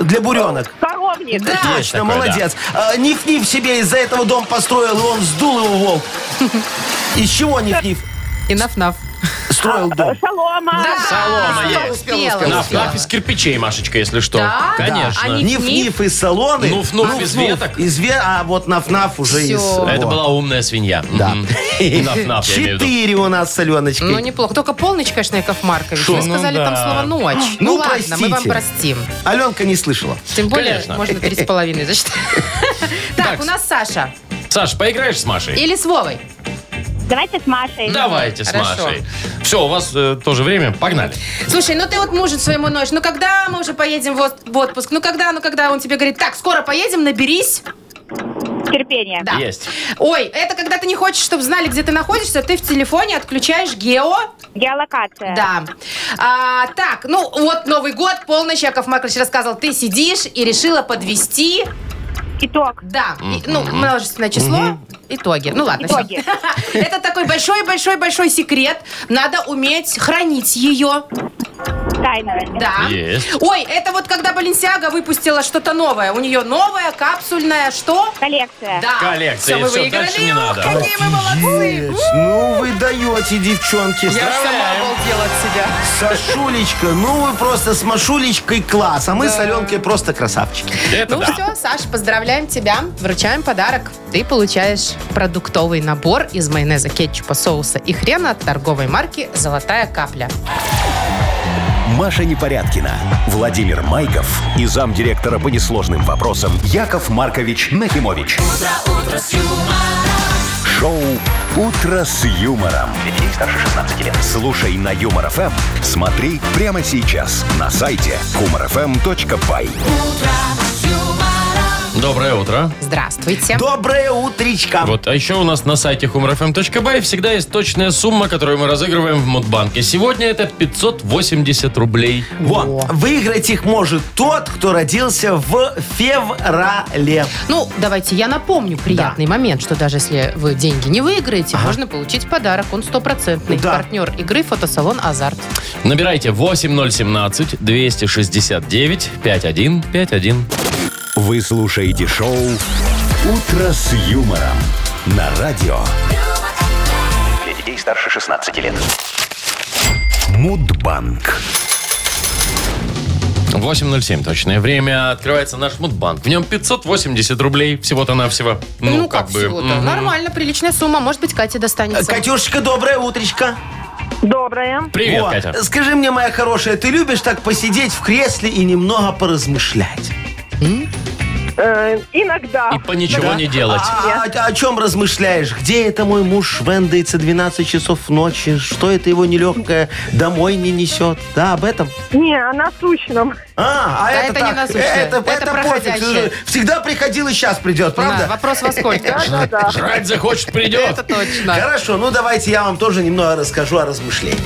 Speaker 4: для буренок.
Speaker 7: Коровник.
Speaker 4: Точно,
Speaker 2: такое,
Speaker 4: молодец. Э, Ниф-Ниф себе из-за этого дом построил, и он сдул его волк. Из чего Ниф-Ниф
Speaker 3: И наф-наф.
Speaker 4: строил дом?
Speaker 7: Солома.
Speaker 2: Солома
Speaker 3: Успела,
Speaker 2: есть.
Speaker 3: успела,
Speaker 2: На
Speaker 3: успела.
Speaker 2: фнаф из кирпичей, Машечка, если что.
Speaker 3: Да?
Speaker 2: Конечно.
Speaker 3: Да. Они-
Speaker 4: Ниф-Ниф из салоны.
Speaker 2: Ну, фнуф из веток.
Speaker 4: Из ве- а вот наф-наф уже
Speaker 3: Всё.
Speaker 4: из...
Speaker 2: А Это
Speaker 4: во.
Speaker 2: была умная свинья.
Speaker 4: Да.
Speaker 2: Мгм. Наф-наф, я имею в виду.
Speaker 4: Четыре у нас с Аленочкой.
Speaker 3: Ну, неплохо. Только полночь, конечно, Яков Маркович.
Speaker 2: Шо?
Speaker 3: Вы сказали
Speaker 2: Ну,
Speaker 3: там
Speaker 2: да.
Speaker 3: слово «ночь».
Speaker 4: Ну,
Speaker 3: ладно, мы вам
Speaker 4: простите.
Speaker 3: простим.
Speaker 4: Аленка не слышала.
Speaker 3: Тем более,
Speaker 2: Конечно.
Speaker 3: можно три с половиной засчитать. Так,
Speaker 2: Так.
Speaker 3: у нас Саша.
Speaker 2: Саш, поиграешь с Машей?
Speaker 3: Или с Вовой.
Speaker 7: Давайте с Машей.
Speaker 2: Давайте с
Speaker 3: Хорошо.
Speaker 2: Машей. Все, у вас э, тоже время. Погнали.
Speaker 3: Слушай, ну ты вот мужу своему ночь. Ну когда мы уже поедем в отп- в отпуск? Ну когда, ну когда? Он тебе говорит, так, скоро поедем, наберись.
Speaker 7: Терпение.
Speaker 3: Да.
Speaker 2: Есть.
Speaker 3: Ой, это когда ты не хочешь, чтобы знали, где ты находишься, ты в телефоне отключаешь гео.
Speaker 7: Геолокация.
Speaker 3: Да. А, так, ну вот Новый год, полночь, Яков Маркович рассказывал, ты сидишь и решила подвести.
Speaker 7: Итог.
Speaker 3: Да, и, ну, множественное число. Итоги. Ну ладно. всё.
Speaker 7: Итоги.
Speaker 3: Это такой большой-большой-большой секрет. Надо уметь хранить ее.
Speaker 7: Тайна.
Speaker 3: Да.
Speaker 2: Есть.
Speaker 3: Ой, это вот когда Баленсиага выпустила что-то новое. У нее новое, капсульное, что?
Speaker 7: Коллекция.
Speaker 3: Да.
Speaker 2: Коллекция,
Speaker 3: Все, мы
Speaker 2: всё,
Speaker 3: выиграли.
Speaker 2: дальше не
Speaker 3: Ух,
Speaker 2: надо.
Speaker 3: какие мы молодцы.
Speaker 4: Есть. Ну, вы даете, девчонки.
Speaker 3: Я сама
Speaker 2: Поздравляем.
Speaker 3: обалдела от себя.
Speaker 4: Сашулечка, ну вы просто с Машулечкой класс, а мы с Аленкой просто красавчики.
Speaker 2: Это
Speaker 3: Ну
Speaker 2: да.
Speaker 3: все, Саш, поздравляем тебя. Вручаем подарок. Ты получаешь продуктовый набор из майонеза, кетчупа, соуса и хрена от торговой марки «Золотая капля».
Speaker 1: Маша Непорядкина, Владимир Майков и замдиректора по несложным вопросам Яков Маркович Нахимович. Шоу Утро с юмором. Детей старше 16 лет. Слушай на юмор ФМ. Смотри прямо сейчас на сайте humorfm.by.
Speaker 2: Доброе утро.
Speaker 3: Здравствуйте.
Speaker 4: Доброе утречко.
Speaker 2: Вот, а еще у нас на сайте humorfm.by всегда есть точная сумма, которую мы разыгрываем в Мудбанке. Сегодня это 580 рублей.
Speaker 4: Во. Выиграть их может тот, кто родился в феврале.
Speaker 3: Ну, давайте я напомню приятный момент, что даже если вы деньги не выиграете, можно получить подарок. Он стопроцентный.
Speaker 4: Да.
Speaker 3: Партнер игры «Фотосалон Азарт».
Speaker 2: Набирайте 8017-269-5151.
Speaker 1: Вы слушаете шоу Утро с юмором на радио
Speaker 5: Для детей старше 16 лет.
Speaker 1: Мудбанк.
Speaker 2: 8.07 точное время. Открывается наш Мудбанк. В нем 580 рублей всего-то навсего.
Speaker 3: Ну, как, всего-то.
Speaker 2: мгм.
Speaker 3: Нормально, приличная сумма. Может быть, Кате
Speaker 4: Э,
Speaker 3: достанется.
Speaker 4: Катюшечка, доброе утречко.
Speaker 7: Доброе.
Speaker 2: Привет,
Speaker 4: Во.
Speaker 2: Катя.
Speaker 4: Скажи мне, моя хорошая, ты любишь так посидеть в кресле и немного поразмышлять?
Speaker 7: Э, иногда.
Speaker 2: И по ничего
Speaker 4: Да?
Speaker 2: не делать.
Speaker 4: А, а- о чем размышляешь? Где это мой муж вендается 12 часов ночи? Что это его нелегкое домой не несет? Да, об этом?
Speaker 7: Не, о насущном.
Speaker 4: А, а
Speaker 3: Да
Speaker 4: это,
Speaker 3: это не
Speaker 4: так,
Speaker 3: насущное,
Speaker 4: Это,
Speaker 3: это
Speaker 4: это
Speaker 3: проходящее.
Speaker 4: пофиг. Всегда приходил и сейчас придет,
Speaker 3: Да,
Speaker 4: правда?
Speaker 3: вопрос во сколько?
Speaker 7: Да-да-да.
Speaker 2: Жрать захочет,
Speaker 3: Это
Speaker 2: придет.
Speaker 3: точно.
Speaker 4: Хорошо, ну давайте я вам тоже немного расскажу о размышлениях.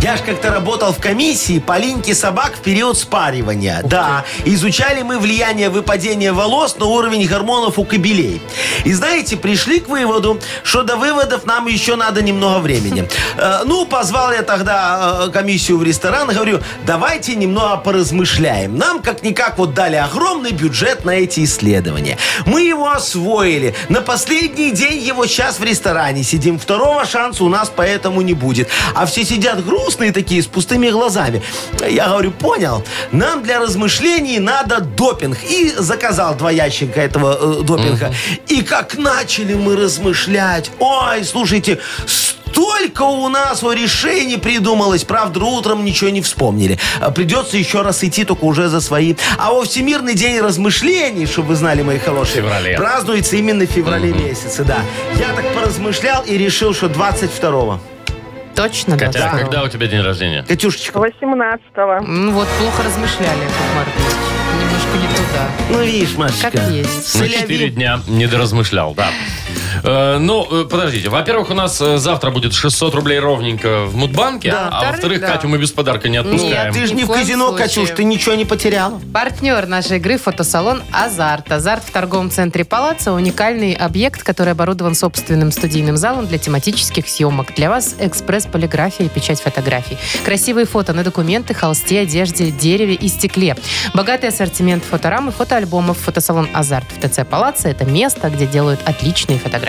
Speaker 4: Я ж как-то работал в комиссии по линьке собак в период спаривания. да, изучали мы влияние выпадения волос на уровень гормонов у кобелей. И знаете, пришли к выводу, что до выводов нам еще надо немного времени. Э, Ну, позвал я тогда э, комиссию в ресторан, говорю, давайте немного поразмышляем. Нам как-никак вот дали огромный бюджет на эти исследования. Мы его освоили. На последний день его сейчас в ресторане сидим. Второго шанса у нас поэтому не будет. А все сидят грустные такие, с пустыми глазами. Я говорю, понял, нам для размышлений надо допинг. И заказал два ящика этого э, допинга. И как начали мы размышлять. Ой, слушайте, 100 Только у нас о решении придумалось. Правда, утром ничего не вспомнили. А Придется еще раз идти, только уже за свои. А о Всемирный день размышлений, чтобы вы знали, мои хорошие,
Speaker 2: В феврале.
Speaker 4: празднуется именно в феврале месяце, да. Я так поразмышлял и решил, что 22-го.
Speaker 3: Точно, да,
Speaker 2: Катя, а
Speaker 3: здорово.
Speaker 2: когда у тебя день рождения?
Speaker 4: Катюшечка,
Speaker 7: 18-го.
Speaker 3: Ну вот, плохо размышляли, Яков Маркович. Немножко не туда.
Speaker 4: ну видишь, Машечка.
Speaker 3: Как есть.
Speaker 2: На
Speaker 4: Целяви.
Speaker 2: 4 дня недоразмышлял, да. Э, Ну, э, подождите. Во-первых, у нас э, завтра будет 600 рублей ровненько в Мудбанке.
Speaker 4: Да.
Speaker 2: А во-вторых,
Speaker 3: Во-вторых, да.
Speaker 2: Катю мы без подарка не отпускаем.
Speaker 4: Ты же
Speaker 3: Ни
Speaker 4: не
Speaker 3: в
Speaker 4: в
Speaker 3: коем
Speaker 4: казино,
Speaker 3: случае.
Speaker 4: Катюш, ты ничего не потеряла.
Speaker 3: Партнер нашей игры – фотосалон «Азарт». «Азарт» в торговом центре «Палаца» – уникальный объект, который оборудован собственным студийным залом для тематических съемок. Для вас экспресс-полиграфия и печать фотографий. Красивые фото на документы, холсте, одежде, дереве и стекле. Богатый ассортимент фоторам и фотоальбомов. Фотосалон «Азарт» в ТЦ «Палаца» – это место, где делают отличные фотографии.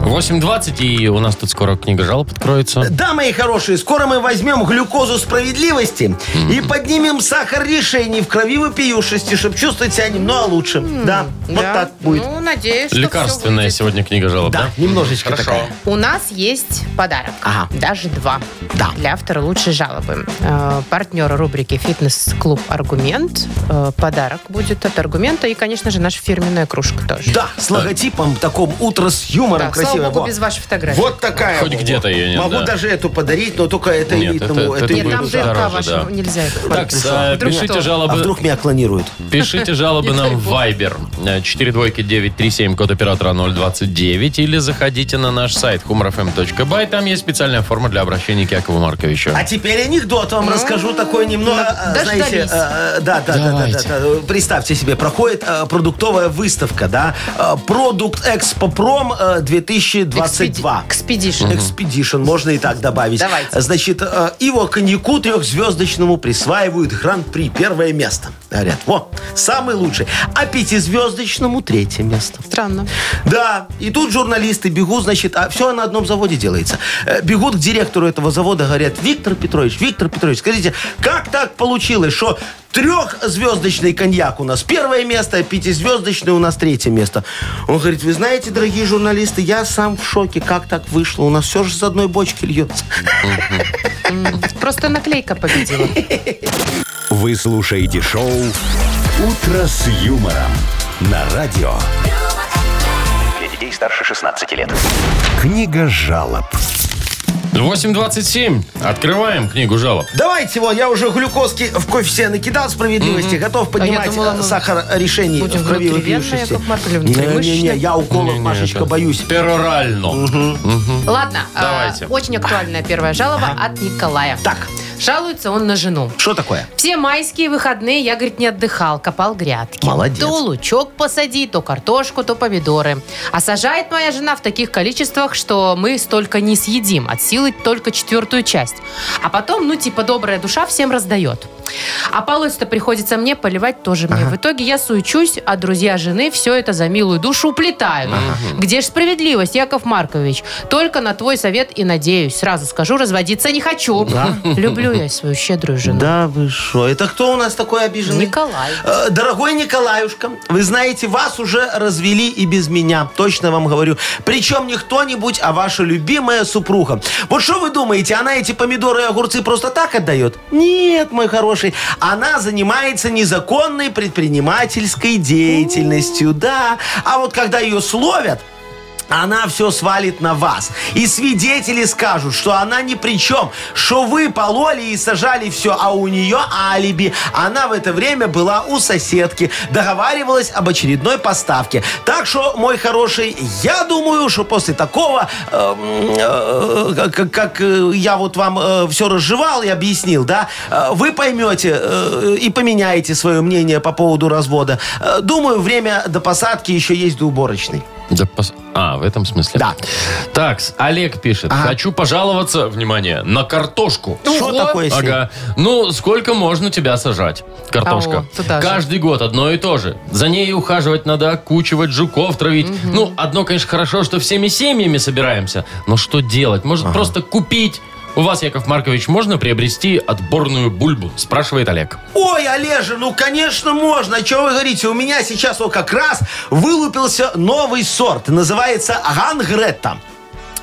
Speaker 2: 8.20, и у нас тут скоро книга жалоб откроется.
Speaker 4: Да, мои хорошие, скоро мы возьмем глюкозу справедливости и поднимем сахар решений в крови вопиюшести, чтобы чувствовать себя немного лучше. Да, вот
Speaker 3: Да.
Speaker 4: так будет.
Speaker 3: Ну, надеюсь, что
Speaker 2: Лекарственная
Speaker 3: всё
Speaker 2: сегодня книга жалоб, да?
Speaker 4: Да, немножечко такая.
Speaker 3: будет. У нас есть подарок.
Speaker 4: Ага.
Speaker 3: Даже два.
Speaker 4: Да.
Speaker 3: Для автора лучшей жалобы. Э, партнер рубрики «Фитнес-клуб Аргумент». Э, подарок будет от «Аргумента» и, конечно же, наша фирменная кружка тоже.
Speaker 4: Да, с логотипом, таком утро с юмором
Speaker 3: Да,
Speaker 4: красиво.
Speaker 3: слава богу,
Speaker 4: Во.
Speaker 3: без вашей фотографии.
Speaker 4: Вот такая.
Speaker 2: Хоть
Speaker 4: во.
Speaker 2: где-то её нет,
Speaker 4: Могу
Speaker 2: да.
Speaker 4: даже эту подарить, но только это
Speaker 2: Нет,
Speaker 4: элитному.
Speaker 2: это- это
Speaker 4: это
Speaker 3: Нет,
Speaker 2: будет
Speaker 3: там
Speaker 4: элитному.
Speaker 3: ЖРК
Speaker 2: дороже,
Speaker 3: вашего
Speaker 2: да.
Speaker 3: нельзя. Яков
Speaker 2: Так,
Speaker 3: Маркович.
Speaker 2: э,
Speaker 3: Вдруг
Speaker 2: пишите
Speaker 3: что?
Speaker 4: А
Speaker 2: жалобы.
Speaker 4: вдруг меня клонируют?
Speaker 2: Пишите жалобы
Speaker 3: Не дай
Speaker 2: нам в
Speaker 3: бог.
Speaker 2: Viber Э, 42937, код оператора 029, или заходите на наш сайт humorfm.by. Там есть специальная форма для обращения к Якову Марковичу.
Speaker 4: А теперь анекдот вам расскажу такой немного,
Speaker 3: да,
Speaker 4: э, знаете,
Speaker 3: Ну, дождались.
Speaker 4: э, э, да, да, да, да,
Speaker 2: Давайте.
Speaker 4: да, да. Представьте себе, проходит э, продуктовая выставка, да, э, продукт Экспопром э, 2022.
Speaker 3: Экспеди- Экспедишн.
Speaker 4: Экспедишн, можно и так добавить.
Speaker 3: Давайте.
Speaker 4: Значит, э, его коньяку трехзвездочному присваивают гран-при, первое место. Говорят, во, самый лучший. А пятизвездочному третье место.
Speaker 3: Странно.
Speaker 4: Да, и тут журналисты бегут, значит, а все на одном заводе делается. Э, Бегут к директору этого завода, говорят, Виктор Петрович, Виктор Петрович, скажите, как так получилось, что трехзвездочный коньяк у нас первое место, а пятизвездочный у нас третье место? Он говорит, вы знаете, дорогие журналисты, я сам в шоке, как так вышло, у нас все же с одной бочки льется.
Speaker 3: Просто наклейка победила.
Speaker 1: Вы слушаете шоу «Утро с юмором». На радио.
Speaker 5: Для детей старше 16 лет.
Speaker 1: Книга жалоб.
Speaker 2: 8.27. Открываем книгу жалоб.
Speaker 4: Давайте, вот, я уже глюкозки в кофе себе накидал справедливости, готов
Speaker 3: А я
Speaker 4: поднимать
Speaker 3: думала,
Speaker 4: э,
Speaker 3: мы
Speaker 4: сахар решений
Speaker 3: будем
Speaker 4: в крови
Speaker 3: внутривенно,
Speaker 4: выпившести.
Speaker 3: Яков Маркович,
Speaker 4: Не-не-не,
Speaker 3: внутримышечно.
Speaker 4: я уколов, Машечка, боюсь.
Speaker 2: Перорально.
Speaker 3: Ладно, а,
Speaker 2: Давайте.
Speaker 3: очень актуальная первая жалоба от Николая.
Speaker 4: Так.
Speaker 3: Жалуется он на жену.
Speaker 4: Что такое?
Speaker 3: Все майские выходные я, говорит, не отдыхал, копал грядки.
Speaker 4: Молодец.
Speaker 3: То лучок посади, то картошку, то помидоры. А сажает моя жена в таких количествах, что мы столько не съедим, от силы только четвертую часть. А потом, ну, типа, добрая душа всем раздает. А полоть-то приходится мне, поливать тоже мне. В итоге я суечусь, а друзья жены все это за милую душу уплетают. Где же справедливость, Яков Маркович? Только на твой совет и надеюсь. Сразу скажу, разводиться не хочу. Люблю я свою щедрую жену.
Speaker 4: Да вы что? Это кто у нас такой обиженный?
Speaker 3: Николай.
Speaker 4: Э, Дорогой Николаюшка, вы знаете, вас уже развели и без меня. Точно вам говорю. Причем не кто-нибудь, а ваша любимая супруга. Вот что вы думаете, она эти помидоры и огурцы просто так отдает? Нет, мой хороший. Она занимается незаконной предпринимательской деятельностью, да. А вот когда ее словят, она все свалит на вас. И свидетели скажут, что она ни при чем, что вы пололи и сажали все, а у нее алиби. Она в это время была у соседки, договаривалась об очередной поставке. Так что, мой хороший, я думаю, что после такого, э, э, как, как, э, я вот вам все разжевал и объяснил, да, э, вы поймете э, и поменяете свое мнение по поводу развода. Э, Думаю, время до посадки еще есть до уборочной.
Speaker 2: Да пос- А, в этом смысле?
Speaker 4: Да.
Speaker 2: Так, Олег пишет. Хочу пожаловаться, внимание, на картошку.
Speaker 4: Что такое с ней?
Speaker 2: Ага. Ну, сколько можно тебя сажать,
Speaker 3: А,
Speaker 2: картошка?
Speaker 3: о, туда же.
Speaker 2: Каждый год одно и то же. За ней ухаживать надо, окучивать, жуков травить. Ну, одно, конечно, хорошо, что всеми семьями собираемся. Но что делать? Может, просто купить У вас, Яков Маркович, можно приобрести отборную бульбу? Спрашивает Олег.
Speaker 4: Ой, Олежа, ну, конечно, можно. О чем вы говорите? У меня сейчас вот как раз вылупился новый сорт. Называется Гангретта.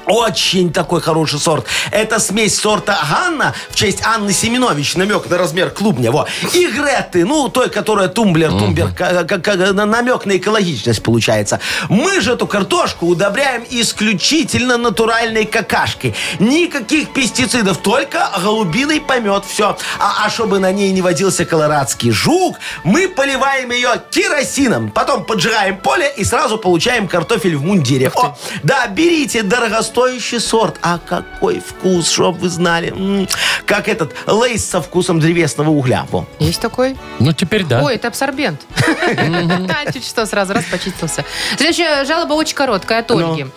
Speaker 4: Очень такой хороший сорт. Это смесь сорта Ганна в честь Анны Семенович. Намек на размер клубня. Во. И Греты, ну, той, которая тумблер, тумблер, ка- ка- ка- на- намек на экологичность получается. Мы же эту картошку удобряем исключительно натуральной какашкой. Никаких пестицидов, только голубиный помет. Все. А, а чтобы на ней не водился колорадский жук, мы поливаем ее керосином. Потом поджигаем поле и сразу получаем картофель в мундире. О, да, берите дорогостоящий сорт. А какой вкус, чтоб вы знали. М, Как этот лейс со вкусом древесного угля. Во.
Speaker 3: Есть такой?
Speaker 2: Ну, теперь да.
Speaker 3: Ой, это абсорбент. Да, чуть что, сразу раз почистился. Следующая жалоба очень короткая от
Speaker 4: Ну.
Speaker 3: Ольги.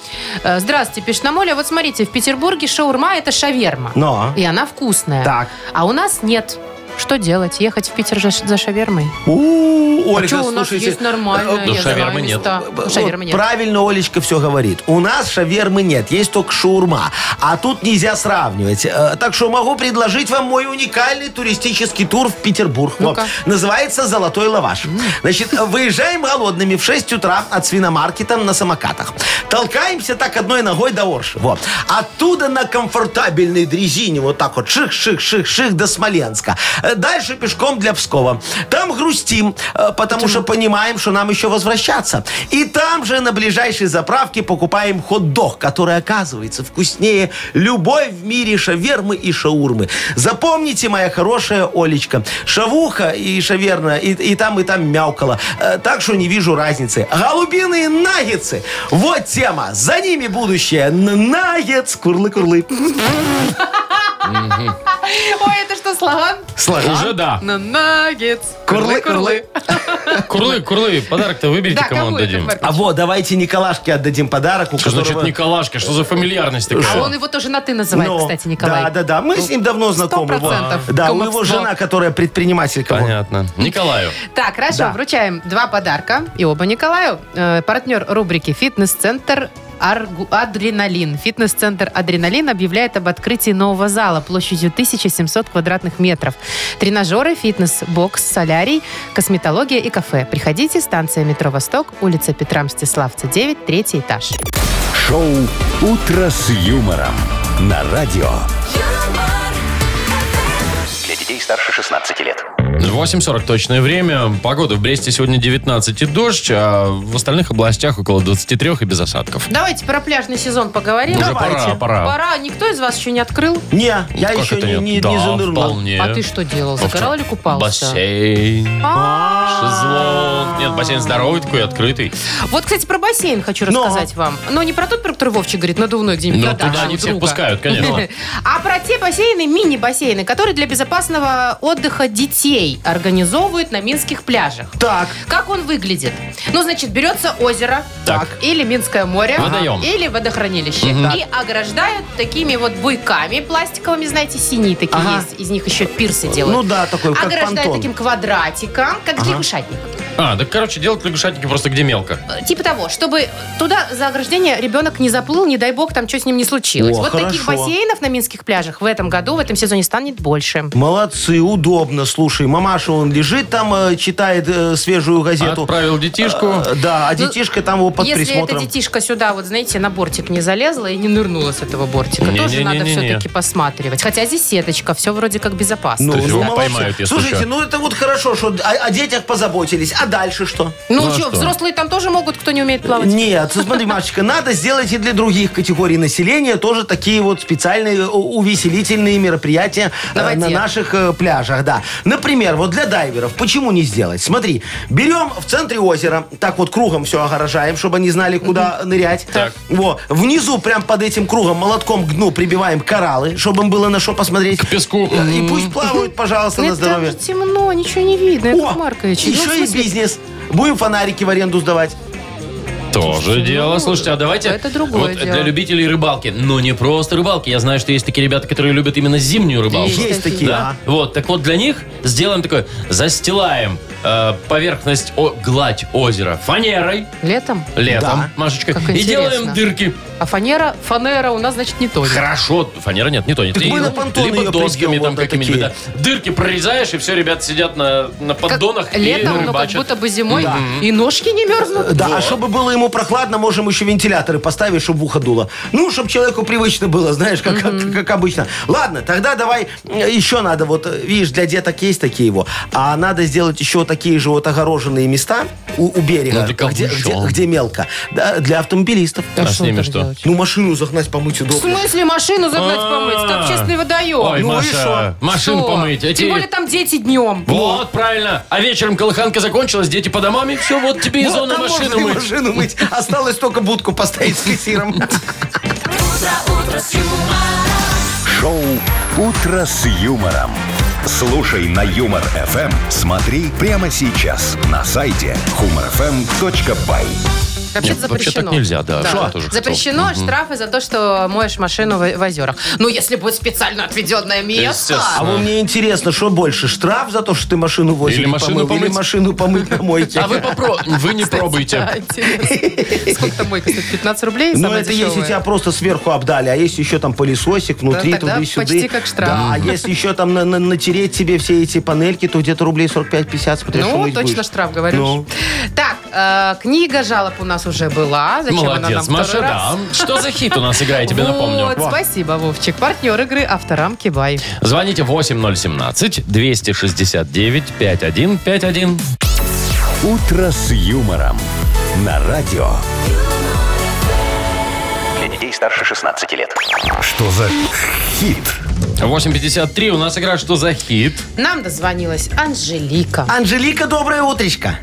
Speaker 3: Э, Здравствуйте, пишет нам Оля. Вот смотрите, в Петербурге шаурма – это шаверма.
Speaker 4: Но.
Speaker 3: И она вкусная.
Speaker 4: Так.
Speaker 3: А у нас нет. Что делать? Ехать в Питер за, за шавермой?
Speaker 4: У,
Speaker 3: а
Speaker 4: Ольга,
Speaker 3: что, у нас
Speaker 4: слушайте,
Speaker 3: есть нормальная,
Speaker 4: э,
Speaker 2: Ну,
Speaker 3: я
Speaker 2: шавермы
Speaker 3: знаю
Speaker 2: нет.
Speaker 3: места.
Speaker 4: Б- вот
Speaker 3: Шавермы нет.
Speaker 4: Правильно Олечка все говорит. У нас шавермы нет, есть только шаурма. А тут нельзя сравнивать. Э, Так что могу предложить вам мой уникальный туристический тур в Петербург. Вот.
Speaker 3: Ну-ка.
Speaker 4: Называется «Золотой лаваш». Значит, э, выезжаем голодными в 6 утра от свиномаркета на самокатах. Толкаемся так одной ногой до Орши. Вот. Оттуда на комфортабельной дрезине вот так вот ших-ших-ших-ших до Смоленска. Э, Дальше пешком для Пскова. Там грустим, э, потому что понимаем, что нам еще возвращаться. И там же на ближайшей заправке покупаем хот-дог, который оказывается вкуснее любой в мире шавермы и шаурмы. Запомните, моя хорошая Олечка, шавуха и шаверна и, и там, и там мяукала. Э, Так что не вижу разницы. Голубиные наггетсы. Вот тема. За ними будущее. Н- Наггетс. Курлы-курлы.
Speaker 3: Ой, это что, слоган?
Speaker 2: Уже да.
Speaker 3: На наггетс.
Speaker 4: Курлы,
Speaker 3: Курлы-курлы.
Speaker 2: Курлы, курлы, подарок-то выберите,
Speaker 3: Да,
Speaker 2: кому
Speaker 3: кому это
Speaker 2: отдадим.
Speaker 4: А вот, давайте Николашке отдадим подарок, у
Speaker 2: Что значит
Speaker 4: которого-
Speaker 2: Николашка? Что за фамильярность
Speaker 3: А
Speaker 2: такая?
Speaker 3: он его тоже на «ты» называет,
Speaker 4: Ну,
Speaker 3: кстати, Николай.
Speaker 4: Да, да, да. Мы с ним давно знакомы. вот.
Speaker 3: процентов
Speaker 4: Да, у его
Speaker 3: кумовство.
Speaker 4: жена, которая предпринимателька. вот.
Speaker 2: Понятно. Николаю.
Speaker 3: Так, хорошо,
Speaker 4: Да.
Speaker 3: вручаем два подарка. И оба Николаю. Э, партнер рубрики «Фитнес-центр Аргу- Адреналин. Фитнес-центр Адреналин объявляет об открытии нового зала площадью 1700 квадратных метров. Тренажеры, фитнес, бокс, солярий, косметология и кафе. Приходите, станция метро «Восток», улица Петра Мстиславца, 9, третий этаж.
Speaker 1: Шоу «Утро с юмором» на радио.
Speaker 5: Для детей старше 16 лет.
Speaker 2: 8.40 точное время. Погода в Бресте сегодня 19 и дождь, а в остальных областях около 23 и без осадков.
Speaker 3: Давайте про пляжный сезон поговорим.
Speaker 2: Уже пора, пора.
Speaker 3: Пора. Никто из вас еще не открыл?
Speaker 4: Не, я
Speaker 2: Ну, Как
Speaker 4: еще
Speaker 2: это
Speaker 4: не,
Speaker 2: нет?
Speaker 4: не- не
Speaker 2: Да,
Speaker 4: занырнул.
Speaker 2: вполне.
Speaker 3: А ты что делал?
Speaker 2: Вовчик,
Speaker 3: Загорал или купался?
Speaker 2: Бассейн.
Speaker 3: А,
Speaker 2: Шезлонг. Нет, бассейн здоровый такой, открытый.
Speaker 3: Вот, кстати, про бассейн хочу
Speaker 4: Но.
Speaker 3: рассказать вам. Но не про тот, про который Вовчик говорит, надувной где-нибудь
Speaker 2: Ну,
Speaker 3: на даче
Speaker 2: туда
Speaker 3: у
Speaker 2: не всех
Speaker 3: друга.
Speaker 2: пускают, конечно.
Speaker 3: А про те бассейны, мини-бассейны, которые для безопасного отдыха детей организовывают на минских пляжах.
Speaker 4: Так,
Speaker 3: Как он выглядит? Ну, значит, берется озеро
Speaker 2: Так.
Speaker 3: или Минское море
Speaker 2: Водоем.
Speaker 3: или водохранилище и ограждают такими вот буйками пластиковыми, знаете, синие такие
Speaker 4: Ага.
Speaker 3: есть, из них еще пирсы делают.
Speaker 4: ну да, такой, как
Speaker 3: ограждают
Speaker 4: понтон.
Speaker 3: А таким квадратиком, как
Speaker 4: Ага.
Speaker 3: лягушатник.
Speaker 2: А, да, короче, делать лягушатники просто где мелко.
Speaker 3: Типа того, чтобы туда за ограждение ребенок не заплыл, не дай бог, там что с ним не случилось.
Speaker 4: О,
Speaker 3: вот таких
Speaker 4: хорошо.
Speaker 3: бассейнов на минских пляжах в этом году, в этом сезоне станет больше.
Speaker 4: Молодцы, удобно, слушай. Мамаша, он лежит там, э, читает э, свежую газету.
Speaker 2: Отправил А детишку.
Speaker 4: Э, Да, а детишка там его под
Speaker 3: Ну, Если
Speaker 4: присмотром.
Speaker 3: эта детишка сюда, вот знаете, на бортик не залезла и не нырнула с этого бортика,
Speaker 2: Не-не-не-не-не.
Speaker 3: тоже надо все-таки посматривать. Хотя здесь сеточка, все вроде как безопасно.
Speaker 2: То есть его
Speaker 4: Ну, молодцы.
Speaker 2: поймают, если
Speaker 4: Слушайте,
Speaker 2: что.
Speaker 4: ну это вот хорошо, что о, о детях позаботились. А дальше что?
Speaker 3: Ну,
Speaker 2: Ну, а
Speaker 3: что,
Speaker 2: что?
Speaker 3: взрослые там тоже могут, кто не умеет плавать?
Speaker 4: Нет, смотри, Машечка, надо сделать и для других категорий населения тоже такие вот специальные э, увеселительные мероприятия э,
Speaker 3: На воде.
Speaker 4: на наших э, пляжах, да. Например, вот для дайверов, почему не сделать? Смотри, берем в центре озера, так вот кругом все огорожаем, чтобы они знали, куда нырять.
Speaker 2: Так.
Speaker 4: Во, внизу, прям под этим кругом, молотком к дну прибиваем кораллы, чтобы им было на что посмотреть. Э,
Speaker 2: К песку.
Speaker 4: И пусть плавают, пожалуйста, на
Speaker 3: Нет, там
Speaker 4: здоровье.
Speaker 3: же темно, ничего не видно. Яков Маркович, ну, в
Speaker 4: еще и
Speaker 3: смысле,
Speaker 4: бизнес. Будем фонарики в аренду сдавать.
Speaker 2: Тоже
Speaker 3: Ну,
Speaker 2: дело. Слушайте, а давайте...
Speaker 3: это другое
Speaker 2: вот
Speaker 3: дело.
Speaker 2: для любителей рыбалки. Но не просто рыбалки. Я знаю, что есть такие ребята, которые любят именно зимнюю рыбалку.
Speaker 3: Есть
Speaker 4: Есть,
Speaker 3: такие.
Speaker 4: такие,
Speaker 2: Да. Вот, так вот для них сделаем такое, застилаем э, поверхность, о- гладь озера фанерой
Speaker 3: Летом?
Speaker 2: летом, Машечка,
Speaker 3: Как
Speaker 2: и
Speaker 3: интересно.
Speaker 2: делаем дырки.
Speaker 3: А фанера, фанера у нас, значит, не тонет.
Speaker 2: Хорошо, фанера нет, не тонет.
Speaker 4: Так мы
Speaker 2: И-
Speaker 4: на понтоны
Speaker 2: либо
Speaker 4: её
Speaker 2: досками
Speaker 4: прибьем,
Speaker 2: там
Speaker 4: вот
Speaker 2: какими-нибудь.
Speaker 4: такие.
Speaker 2: да. Дырки прорезаешь, и все, ребята сидят на, на
Speaker 3: Как
Speaker 2: поддонах и
Speaker 3: летом, но как
Speaker 2: рыбачат.
Speaker 3: будто бы зимой и ножки не мерзнут.
Speaker 4: Да, а чтобы было ему прохладно, можем еще вентиляторы поставить, чтобы в ухо дуло. Ну, чтобы человеку привычно было, знаешь, как, как, как обычно. Ладно, тогда давай э, еще надо, вот, э, видишь, для деток есть такие вот, а надо сделать еще такие же вот огороженные места у, у берега,
Speaker 2: Ну, для кого
Speaker 4: где,
Speaker 2: еще?
Speaker 4: где- где мелко, Да, для автомобилистов.
Speaker 2: А с
Speaker 3: что
Speaker 2: ними
Speaker 3: там
Speaker 2: что?
Speaker 3: делать?
Speaker 4: Ну, машину загнать, помыть
Speaker 3: В
Speaker 4: удобно.
Speaker 3: смысле машину загнать помыть?
Speaker 2: А.
Speaker 3: Там общественный водоем.
Speaker 2: Ой,
Speaker 4: Ну и
Speaker 2: Маша,
Speaker 4: шо?
Speaker 2: машину
Speaker 3: Что?
Speaker 2: помыть. эти-
Speaker 3: Тем более там дети днем.
Speaker 2: Вот, правильно. А вечером колыханка закончилась, дети по домам, и все, вот тебе и
Speaker 4: Вот,
Speaker 2: зона
Speaker 4: там можно
Speaker 2: машины
Speaker 4: и
Speaker 2: мыть.
Speaker 4: машину мыть. Осталось только будку поставить с фиксиром.
Speaker 1: Шоу «Утро с юмором». Слушай на Юмор ФМ. Смотри прямо сейчас на сайте humorfm.by.
Speaker 3: Вообще
Speaker 2: Нет,
Speaker 3: запрещено.
Speaker 2: вообще так нельзя, да. Что я тоже хотел.
Speaker 3: запрещено штрафы за то, что моешь машину в, в озерах. Ну, если будет специально отведенное место.
Speaker 2: Естественно.
Speaker 4: А вот мне интересно, что больше, штраф за то, что ты машину возишь
Speaker 2: Или машину
Speaker 4: или
Speaker 2: помыть?
Speaker 4: машину помыть на мойке?
Speaker 2: А вы попробуйте. Вы не
Speaker 3: Да,
Speaker 2: пробуйте.
Speaker 3: интересно. Сколько мой стоит? 15 рублей?
Speaker 4: Ну,
Speaker 3: самая
Speaker 4: это если
Speaker 3: дешевая?
Speaker 4: тебя просто сверху обдали, а если еще там пылесосик внутри,
Speaker 3: Да, тогда
Speaker 4: туда-сюда.
Speaker 3: почти как штраф.
Speaker 4: Да, а если еще там на- на- натереть тебе все эти панельки, то где-то рублей 45-50, смотря что
Speaker 3: Ну,
Speaker 4: мыть
Speaker 3: точно
Speaker 4: будешь.
Speaker 3: штраф, говоришь.
Speaker 4: Ну.
Speaker 3: Так, э, книга жалоб у нас уже была. Зачем она нам
Speaker 2: Молодец,
Speaker 3: второй
Speaker 2: Маша,
Speaker 3: раз?
Speaker 2: да. Что за хит у нас играет, тебе напомню.
Speaker 3: Вот, спасибо, Вовчик. Партнер игры «Авторамки Бай».
Speaker 2: Звоните 8017-269-5151.
Speaker 1: «Утро с юмором» на радио.
Speaker 5: Для детей старше 16 лет.
Speaker 1: Что за хит?
Speaker 2: 8.53 у нас игра «Что за хит?»
Speaker 3: Нам дозвонилась Анжелика.
Speaker 4: Анжелика, доброе утречко.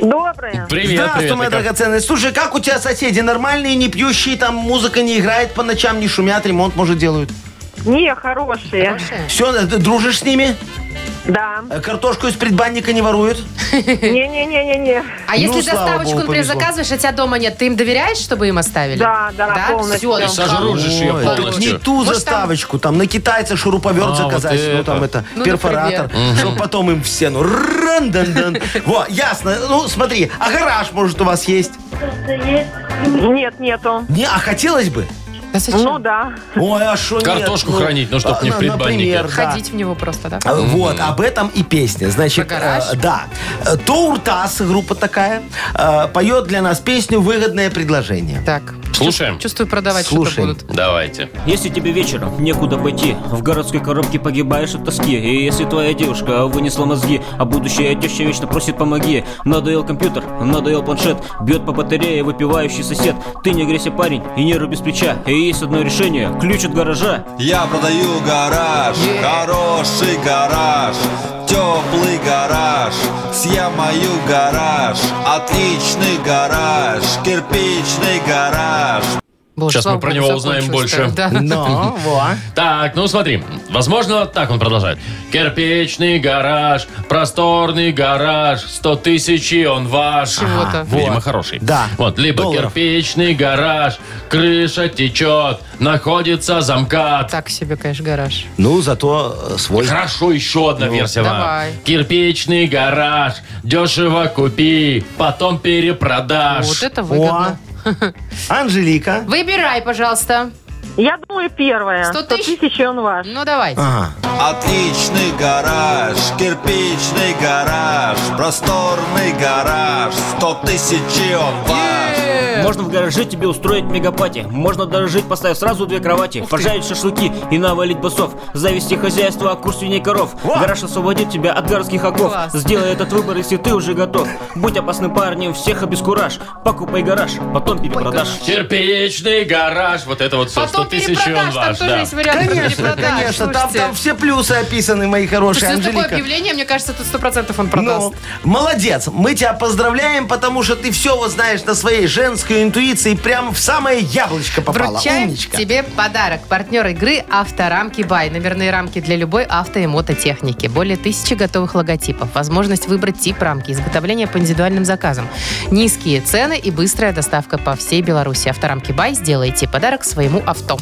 Speaker 7: Доброе.
Speaker 2: Привет,
Speaker 4: Здравствуй,
Speaker 2: привет.
Speaker 4: моя
Speaker 2: Яков.
Speaker 4: драгоценная. Слушай, как у тебя соседи нормальные, не пьющие, там музыка не играет по ночам, не шумят, ремонт, может, делают?
Speaker 7: Не, хорошие.
Speaker 3: Хорошая?
Speaker 4: Все, дружишь с ними?
Speaker 7: Да.
Speaker 4: Э, Картошку из предбанника не воруют?
Speaker 7: Не-не-не-не-не.
Speaker 3: А если
Speaker 4: Ну, слава
Speaker 3: доставочку,
Speaker 4: богу,
Speaker 3: например,
Speaker 4: повезло.
Speaker 3: заказываешь, а тебя дома нет, ты им доверяешь, чтобы им оставили?
Speaker 7: Да, да, полностью.
Speaker 3: Все,
Speaker 7: И
Speaker 2: сожрут же ж ее
Speaker 4: Ой,
Speaker 2: полностью.
Speaker 4: Не ту
Speaker 3: Может,
Speaker 4: заставочку, там на китайца шуруповерт
Speaker 2: А,
Speaker 4: заказать,
Speaker 2: вот
Speaker 4: ну там это,
Speaker 3: Ну,
Speaker 4: перфоратор, чтобы потом им в стену. Ран-дан-дан. Во, ясно. Ну, смотри, а гараж, может, у вас есть?
Speaker 7: Нет, нету.
Speaker 4: Не, а хотелось бы?
Speaker 3: Да зачем?
Speaker 7: Ну да.
Speaker 4: Ой, а что
Speaker 2: Картошку хранить, ну, чтоб не в предбаннике.
Speaker 4: Например, да.
Speaker 3: Ходить в него просто, да?
Speaker 4: А, Вот, об этом и песня. Значит,
Speaker 3: Про гараж?
Speaker 4: э, да. Э, Тоуртас, группа такая, э, поет для нас песню «Выгодное предложение».
Speaker 3: Так.
Speaker 2: Слушаем?
Speaker 3: Чувствую, продавать
Speaker 4: Слушаем.
Speaker 3: что-то будут.
Speaker 2: Давайте.
Speaker 8: Если тебе вечером некуда пойти, в городской коробке погибаешь от тоски. И если твоя девушка вынесла мозги, а будущая теща вечно просит помоги. Надоел компьютер, надоел планшет, бьет по батарее выпивающий сосед. Ты не грейся, парень, и не руби с плеча. И есть одно решение, ключ от гаража.
Speaker 9: Я продаю гараж, хороший гараж, теплый гараж, съем мою гараж, отличный гараж, кирпичный гараж.
Speaker 3: Боже,
Speaker 2: Сейчас
Speaker 3: слава
Speaker 2: мы про
Speaker 3: богу,
Speaker 2: него узнаем
Speaker 3: закончилось
Speaker 2: больше.
Speaker 3: так, да.
Speaker 4: Ну, во.
Speaker 2: Так, ну смотри, возможно, так он продолжает. Кирпичный гараж, просторный гараж, 100 тысяч и он ваш.
Speaker 3: Чего-то.
Speaker 2: Ага, Видимо, хороший.
Speaker 4: Да.
Speaker 2: Вот, либо
Speaker 4: Долларов.
Speaker 2: кирпичный гараж, крыша течет, находится замкат.
Speaker 3: Так себе, конечно, гараж.
Speaker 4: Ну, зато э, свой.
Speaker 2: Хорошо, еще одна версия вам.
Speaker 3: давай.
Speaker 2: Ну, Кирпичный гараж, дешево купи, потом перепродашь.
Speaker 3: Вот это выгодно.
Speaker 4: Анжелика.
Speaker 3: Выбирай, пожалуйста.
Speaker 7: Я думаю, первое.
Speaker 3: 100
Speaker 7: 100
Speaker 3: тысяч?
Speaker 7: тысяч, и он ваш.
Speaker 3: Ну, давайте.
Speaker 4: Ага.
Speaker 9: Отличный гараж, кирпичный гараж, просторный гараж, сто тысяч и он ваш.
Speaker 8: Можно в гараже тебе устроить мегапати. Можно дорожить, поставив сразу две кровати, пожарить шашлыки и навалить басов. Завести хозяйство, а курс свиней коров. Гараж освободит тебя от городских оков.
Speaker 3: Класс.
Speaker 8: Сделай этот выбор, если ты уже готов. Будь опасным парнем, всех обескураж. Покупай гараж, потом перепродаж.
Speaker 2: Кирпичный гараж, вот это вот все, 100
Speaker 3: Потом
Speaker 2: тысяч и он
Speaker 3: перепродаж, там
Speaker 2: ваш.
Speaker 3: тоже
Speaker 2: да.
Speaker 3: есть вариант
Speaker 4: Конечно,
Speaker 3: перепродаж.
Speaker 4: конечно. Там,
Speaker 3: слушайте.
Speaker 4: там все плюсы описаны, мои
Speaker 3: Слушайте,
Speaker 4: хорошие,
Speaker 3: ну, такое
Speaker 4: Анжелика.
Speaker 3: объявление, мне кажется, тут 100% он
Speaker 4: Ну,
Speaker 3: продаст.
Speaker 4: молодец. Мы тебя поздравляем, потому что ты все вот знаешь на своей женской интуиции прямо в самое яблочко попала.
Speaker 3: Вручаем
Speaker 4: Умничка.
Speaker 3: тебе подарок. Партнер игры «Авторамки Бай». Номерные рамки для любой авто и мототехники. Более тысячи готовых логотипов. Возможность выбрать тип рамки. Изготовление по индивидуальным заказам. Низкие цены и быстрая доставка по всей Беларуси. «Авторамки Бай» сделайте подарок своему авто.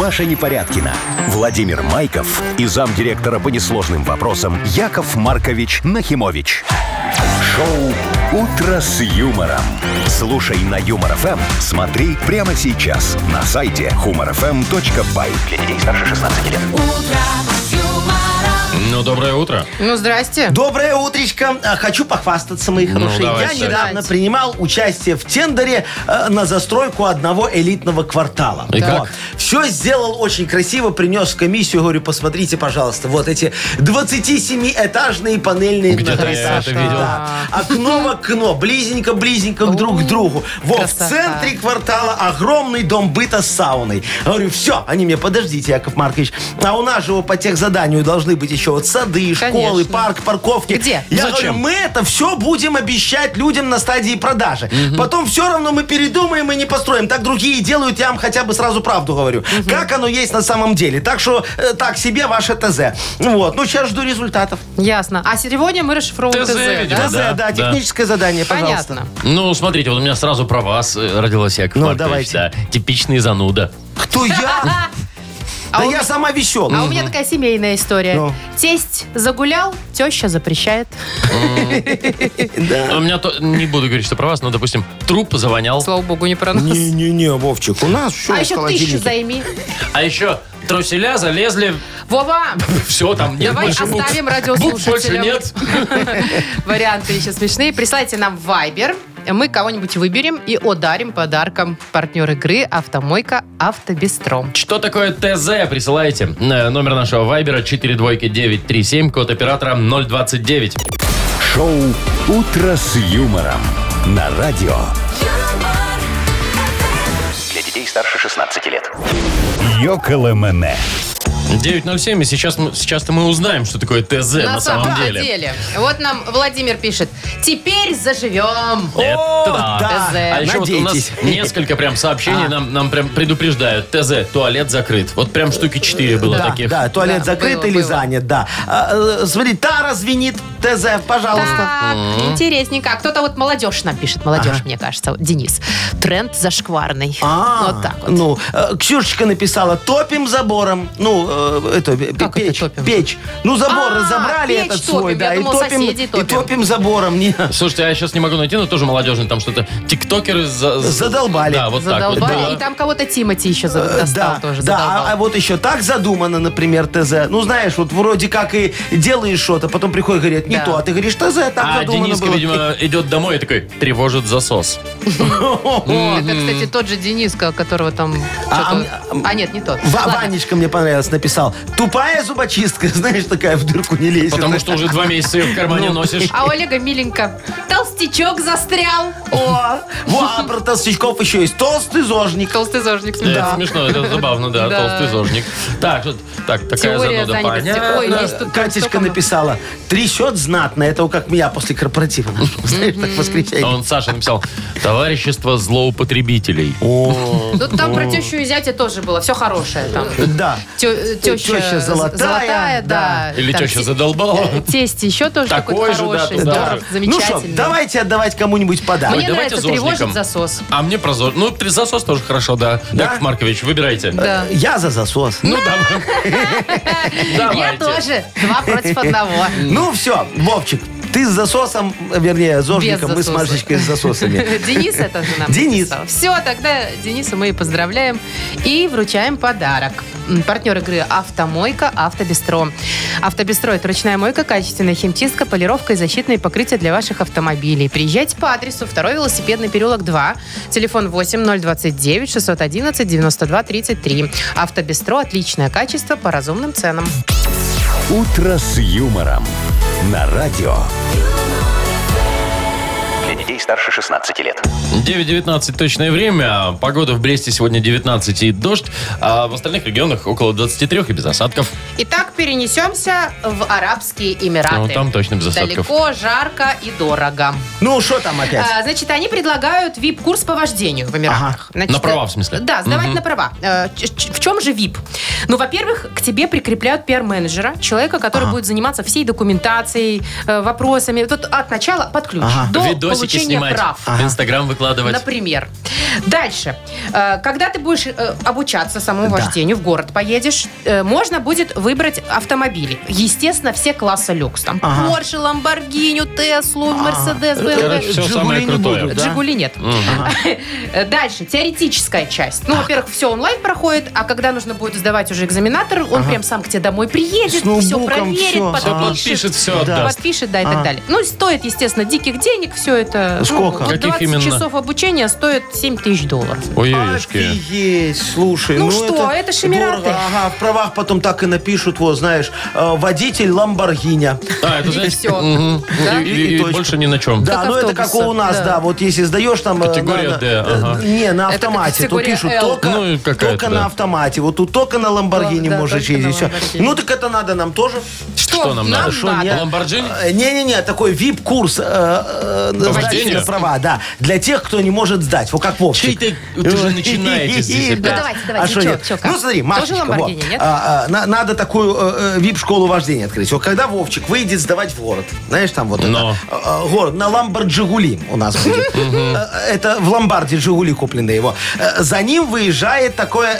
Speaker 1: Маша Непорядкина, Владимир Майков и замдиректора по несложным вопросам Яков Маркович Нахимович. Шоу «Утро с юмором». Слушай на Юмор ФМ, смотри прямо сейчас на сайте humorfm.by. Для детей старше 16 лет.
Speaker 2: Ну, доброе утро.
Speaker 3: Ну, здрасте.
Speaker 4: Доброе утречко. А, Хочу похвастаться, мои хорошие.
Speaker 2: давай,
Speaker 4: Я
Speaker 2: Сань.
Speaker 4: недавно
Speaker 3: Давайте.
Speaker 4: принимал участие в тендере э, на застройку одного элитного квартала.
Speaker 2: И как?
Speaker 4: Все сделал очень красиво, принес в комиссию, говорю, посмотрите, пожалуйста, вот эти 27-этажные панельные
Speaker 2: Где-то
Speaker 4: многоэтажки.
Speaker 2: я это видел.
Speaker 4: Да. Окно в окно, близенько-близенько друг к другу. Во,
Speaker 3: красота.
Speaker 4: в центре квартала огромный дом быта с сауной. Говорю, все, они мне, подождите, Яков Маркович, а у нас же вот по техзаданию должны быть еще вот сады, школы,
Speaker 3: Конечно.
Speaker 4: парк, парковки.
Speaker 3: Где?
Speaker 4: Я
Speaker 2: Зачем?
Speaker 4: говорю, мы это все будем обещать людям на стадии продажи. Потом все равно мы передумаем и не построим. Так другие делают, я вам хотя бы сразу правду говорю. Как оно есть на самом деле. Так что э, так себе ваше ТЗ. Ну Вот, ну сейчас жду результатов.
Speaker 3: Ясно. А сегодня мы расшифровываем
Speaker 2: ТЗ,
Speaker 3: ТЗ,
Speaker 2: видимо,
Speaker 3: да?
Speaker 4: ТЗ, да,
Speaker 2: да.
Speaker 4: техническое задание, пожалуйста.
Speaker 3: Понятно.
Speaker 2: Ну, смотрите, вот у меня сразу про вас э, родилась Яков
Speaker 4: Ну,
Speaker 2: Маркович.
Speaker 4: давайте.
Speaker 2: Да. Типичный зануда.
Speaker 4: Кто я?
Speaker 3: А
Speaker 4: Да
Speaker 3: у
Speaker 4: я
Speaker 3: меня-
Speaker 4: сама веселая.
Speaker 3: А у меня такая семейная история.
Speaker 4: Ну.
Speaker 3: Тесть загулял, теща запрещает.
Speaker 2: Ну, У меня, то, не буду говорить, что про вас, но, допустим, труп завонял.
Speaker 3: Слава богу, не про нас.
Speaker 4: Не-не-не, Вовчик, у нас все
Speaker 3: А еще тысячу займи.
Speaker 2: А еще труселя залезли,
Speaker 3: Вова,
Speaker 2: все там, нет
Speaker 3: давай
Speaker 2: больше букв.
Speaker 3: оставим
Speaker 2: Букв больше
Speaker 3: радиослушателям.
Speaker 2: нет.
Speaker 3: Варианты еще смешные. Присылайте нам в Viber. Мы кого-нибудь выберем и одарим подарком партнер игры «Автомойка Автобестром».
Speaker 2: Что такое ТЗ? Присылайте. Э, Номер нашего вайбера 42937, код оператора 029.
Speaker 1: Шоу «Утро с юмором» на радио.
Speaker 5: Для детей старше 16 лет.
Speaker 1: Йоколэмэне.
Speaker 2: 907, и сейчас, мы- сейчас-то мы узнаем, что такое ТЗ на, самом деле.
Speaker 3: Вот нам Владимир пишет. Теперь заживем.
Speaker 2: Это да.
Speaker 3: ТЗ.
Speaker 2: А еще вот у нас
Speaker 4: Надейтесь. А.
Speaker 2: несколько прям сообщений нам, нам прям предупреждают. ТЗ, туалет закрыт. Вот прям штуки 4 было
Speaker 4: Э, Да,
Speaker 2: таких.
Speaker 4: да, туалет
Speaker 3: Да,
Speaker 4: закрыт
Speaker 3: было,
Speaker 4: или
Speaker 3: было.
Speaker 4: занят, да. А, э, смотри, Тара звенит, ТЗ, пожалуйста.
Speaker 3: Так, интересненько. А Кто-то вот молодежь нам пишет. Молодежь, мне кажется. Вот Денис. Тренд зашкварный.
Speaker 4: А,
Speaker 3: Вот так вот.
Speaker 4: Ну, э, Ксюшечка написала, топим забором. Ну, э, это, э,
Speaker 3: Как это
Speaker 4: печь,
Speaker 3: топим?
Speaker 4: печь. Ну, забор
Speaker 3: А,
Speaker 4: разобрали
Speaker 3: печь
Speaker 4: этот
Speaker 3: топим.
Speaker 4: свой,
Speaker 3: Я
Speaker 4: да, и
Speaker 3: думала,
Speaker 4: топим,
Speaker 3: соседей
Speaker 4: и
Speaker 3: топим.
Speaker 4: топим забором. Не,
Speaker 2: Слушайте, а я сейчас не могу найти, но тоже молодежный. Там что-то тиктокеры... за- за-
Speaker 4: Задолбали.
Speaker 2: Да, вот так вот.
Speaker 3: Задолбали.
Speaker 2: было.
Speaker 3: И там кого-то Тимати еще за-
Speaker 4: Э,
Speaker 3: достал
Speaker 4: да,
Speaker 3: тоже.
Speaker 4: да,
Speaker 3: задолбал.
Speaker 4: а, а вот еще так задумано, например, ТЗ. Ну, знаешь, вот вроде как и делаешь что-то, потом приходит, говорят, не
Speaker 3: Да.
Speaker 4: то, а ты говоришь, ТЗ, так
Speaker 2: А
Speaker 4: задумано
Speaker 2: Дениска,
Speaker 4: было.
Speaker 2: видимо, идет домой и такой, тревожит засос.
Speaker 3: О, это, кстати, тот же Дениска, которого там...
Speaker 4: А,
Speaker 3: что-то-
Speaker 4: а,
Speaker 3: А, нет, не тот.
Speaker 4: Ва-
Speaker 3: Ладно.
Speaker 4: Ванечка мне понравилась, написал. Тупая зубочистка, знаешь, такая в дырку не лезет.
Speaker 2: Потому что уже два месяца ее в кармане
Speaker 4: Ну,
Speaker 2: носишь.
Speaker 3: А у Олега миленько. Толстячок застрял.
Speaker 4: О, во, а про толстячков еще есть. Толстый зожник.
Speaker 3: Толстый зожник.
Speaker 2: Да,
Speaker 3: Да.
Speaker 2: Это смешно, это забавно, да,
Speaker 3: Да.
Speaker 2: толстый зожник. Так, вот, так, такая
Speaker 3: Теория
Speaker 2: зануда.
Speaker 3: занятости.
Speaker 2: Понятно.
Speaker 3: Ой, есть тут
Speaker 4: Катечка
Speaker 3: столько много.
Speaker 4: написала, трясет знатно. Это вот как меня после корпоратива. нашел, Знаешь, так в
Speaker 2: А
Speaker 4: воскресенье.
Speaker 2: Он Саша написал, товарищество злоупотребителей.
Speaker 3: Ну, там про тещу и зятя тоже было. Все хорошее там.
Speaker 4: Да.
Speaker 3: Тё- Теща,
Speaker 4: Теща золотая,
Speaker 3: золотая, да.
Speaker 2: Или
Speaker 3: Там
Speaker 2: теща
Speaker 3: те- э,
Speaker 2: задолбала.
Speaker 3: Тесть еще тоже
Speaker 2: Такой
Speaker 3: такой
Speaker 2: же, да,
Speaker 3: хороший.
Speaker 2: туда
Speaker 3: здоров,
Speaker 2: же.
Speaker 4: Ну что,
Speaker 3: Замечательный.
Speaker 4: давайте отдавать кому-нибудь подарок.
Speaker 3: Мне
Speaker 2: Ой, давайте
Speaker 3: нравится
Speaker 2: зожником.
Speaker 3: тревожит засос.
Speaker 2: А мне про зо- Ну, при- засос тоже хорошо, да.
Speaker 4: Да?
Speaker 2: Яков Маркович, выбирайте.
Speaker 3: Да.
Speaker 4: Я за засос.
Speaker 2: Ну, давай.
Speaker 3: Я
Speaker 2: Давайте.
Speaker 3: тоже. Два против одного.
Speaker 4: Ну все, Вовчик, ты с засосом, вернее, зожником, мы с
Speaker 3: засоса.
Speaker 4: Машечкой с засосами.
Speaker 3: Денис это же нам
Speaker 4: Денис.
Speaker 3: Все, тогда Дениса мы и поздравляем и вручаем подарок. М, Партнер игры «Автомойка Автобестро». «Автобестро» — это ручная мойка, качественная химчистка, полировка и защитные покрытия для ваших автомобилей. Приезжайте по адресу 2 велосипедный переулок 2, телефон 8029 611 92 33. «Автобестро» — отличное качество по разумным ценам.
Speaker 1: «Утро с юмором» на радио.
Speaker 5: Для детей старше 16 лет.
Speaker 2: 9.19 точное время. Погода в Бресте сегодня 19 и дождь, а в остальных регионах около 23 и без осадков.
Speaker 3: Итак, перенесемся в Арабские Эмираты.
Speaker 2: Ну, там точно без осадков.
Speaker 3: А Далеко, жарко и дорого.
Speaker 4: Ну, что там опять?
Speaker 3: А, значит, они предлагают вип-курс по вождению в Эмиратах. Значит,
Speaker 2: На права, в смысле?
Speaker 3: Да, сдавать на права. Э, ч- ч- В чем же вип? Ну, во-первых, к тебе прикрепляют пиар-менеджера, человека, который будет заниматься всей документацией, э, вопросами. Вот от начала под ключ.
Speaker 4: Ага.
Speaker 3: До
Speaker 2: Видосики мультики
Speaker 3: получения
Speaker 2: снимать,
Speaker 3: прав.
Speaker 2: в Инстаграм выкладывать.
Speaker 3: Например. Дальше. Э, Когда ты будешь э, обучаться самому вождению, в город поедешь, э, можно будет выбрать автомобили. Естественно, все класса люкс. Там Porsche, Lamborghini, Tesla, Mercedes,
Speaker 2: Короче,
Speaker 3: BMW.
Speaker 2: все самое крутое.
Speaker 3: Жигули нет. Э, Дальше, теоретическая часть. Ну, во-первых, все онлайн проходит, а когда нужно будет сдавать уже экзаменатор, он прям сам к тебе домой
Speaker 4: С
Speaker 3: приедет, все
Speaker 4: ноутбуком,
Speaker 3: проверит,
Speaker 4: всё.
Speaker 2: Все
Speaker 3: подпишет.
Speaker 2: подпишет, все отдаст.
Speaker 3: Подпишет, да, и так далее. Ну, стоит, естественно, диких денег все это. Ну,
Speaker 4: Сколько?
Speaker 3: вот
Speaker 2: Каких
Speaker 3: 20
Speaker 2: именно?
Speaker 3: часов обучения стоит 7 тысяч долларов.
Speaker 2: Ой-ой-ой.
Speaker 4: Офигеть, слушай.
Speaker 3: Ну что, это ж Эмираты.
Speaker 4: дорого. Ага, в правах потом так и напишут, вот, знаешь, э, водитель Ламборгиня.
Speaker 2: А, это
Speaker 3: И
Speaker 2: знаете,
Speaker 3: всё.
Speaker 2: мгм.
Speaker 3: Да?
Speaker 2: И- и- и
Speaker 4: И точка.
Speaker 2: больше ни на чем.
Speaker 4: Да,
Speaker 3: Как
Speaker 4: ну это как
Speaker 3: автобуса,
Speaker 4: у нас,
Speaker 3: да.
Speaker 4: да. Вот если сдаешь там... э,
Speaker 2: Категория
Speaker 4: на-
Speaker 2: D,
Speaker 4: э,
Speaker 2: ага.
Speaker 4: Не, на
Speaker 3: Это
Speaker 4: автомате. То
Speaker 3: категория
Speaker 4: пишут
Speaker 3: L.
Speaker 4: только,
Speaker 2: Ну, и какая-то,
Speaker 4: только
Speaker 2: да.
Speaker 4: на автомате. Вот тут только на Ламборгини
Speaker 3: Да, да,
Speaker 4: можешь
Speaker 3: только на
Speaker 4: ездить. всё.
Speaker 3: Lamborghini.
Speaker 4: Ну так это надо нам тоже.
Speaker 2: Что нам надо?
Speaker 4: Что, не-
Speaker 2: Ламборджини?
Speaker 4: Э, Не-не-не, такой вип-курс э, э, сдачи
Speaker 2: Вождению?
Speaker 4: на права, да. Для тех, кто не может сдать. Вот как Вовчик.
Speaker 2: Чей ты- ты же начинаете здесь
Speaker 4: Да.
Speaker 2: опять.
Speaker 3: Ну, давайте, давайте,
Speaker 4: А что
Speaker 3: чё,
Speaker 4: нет?
Speaker 3: чё, как?
Speaker 4: Ну смотри,
Speaker 3: Тоже
Speaker 4: Машечка, вот.
Speaker 3: Lamborghini, нет?
Speaker 4: А, а, на- надо такую э, э, вип-школу вождения открыть. Вот когда Вовчик выйдет сдавать в город, знаешь, там вот
Speaker 2: Но.
Speaker 4: это, э, э, город, на Ламборджигули у нас будет. Э, Это в ломбарде Жигули куплены его. Э, За ним выезжает такое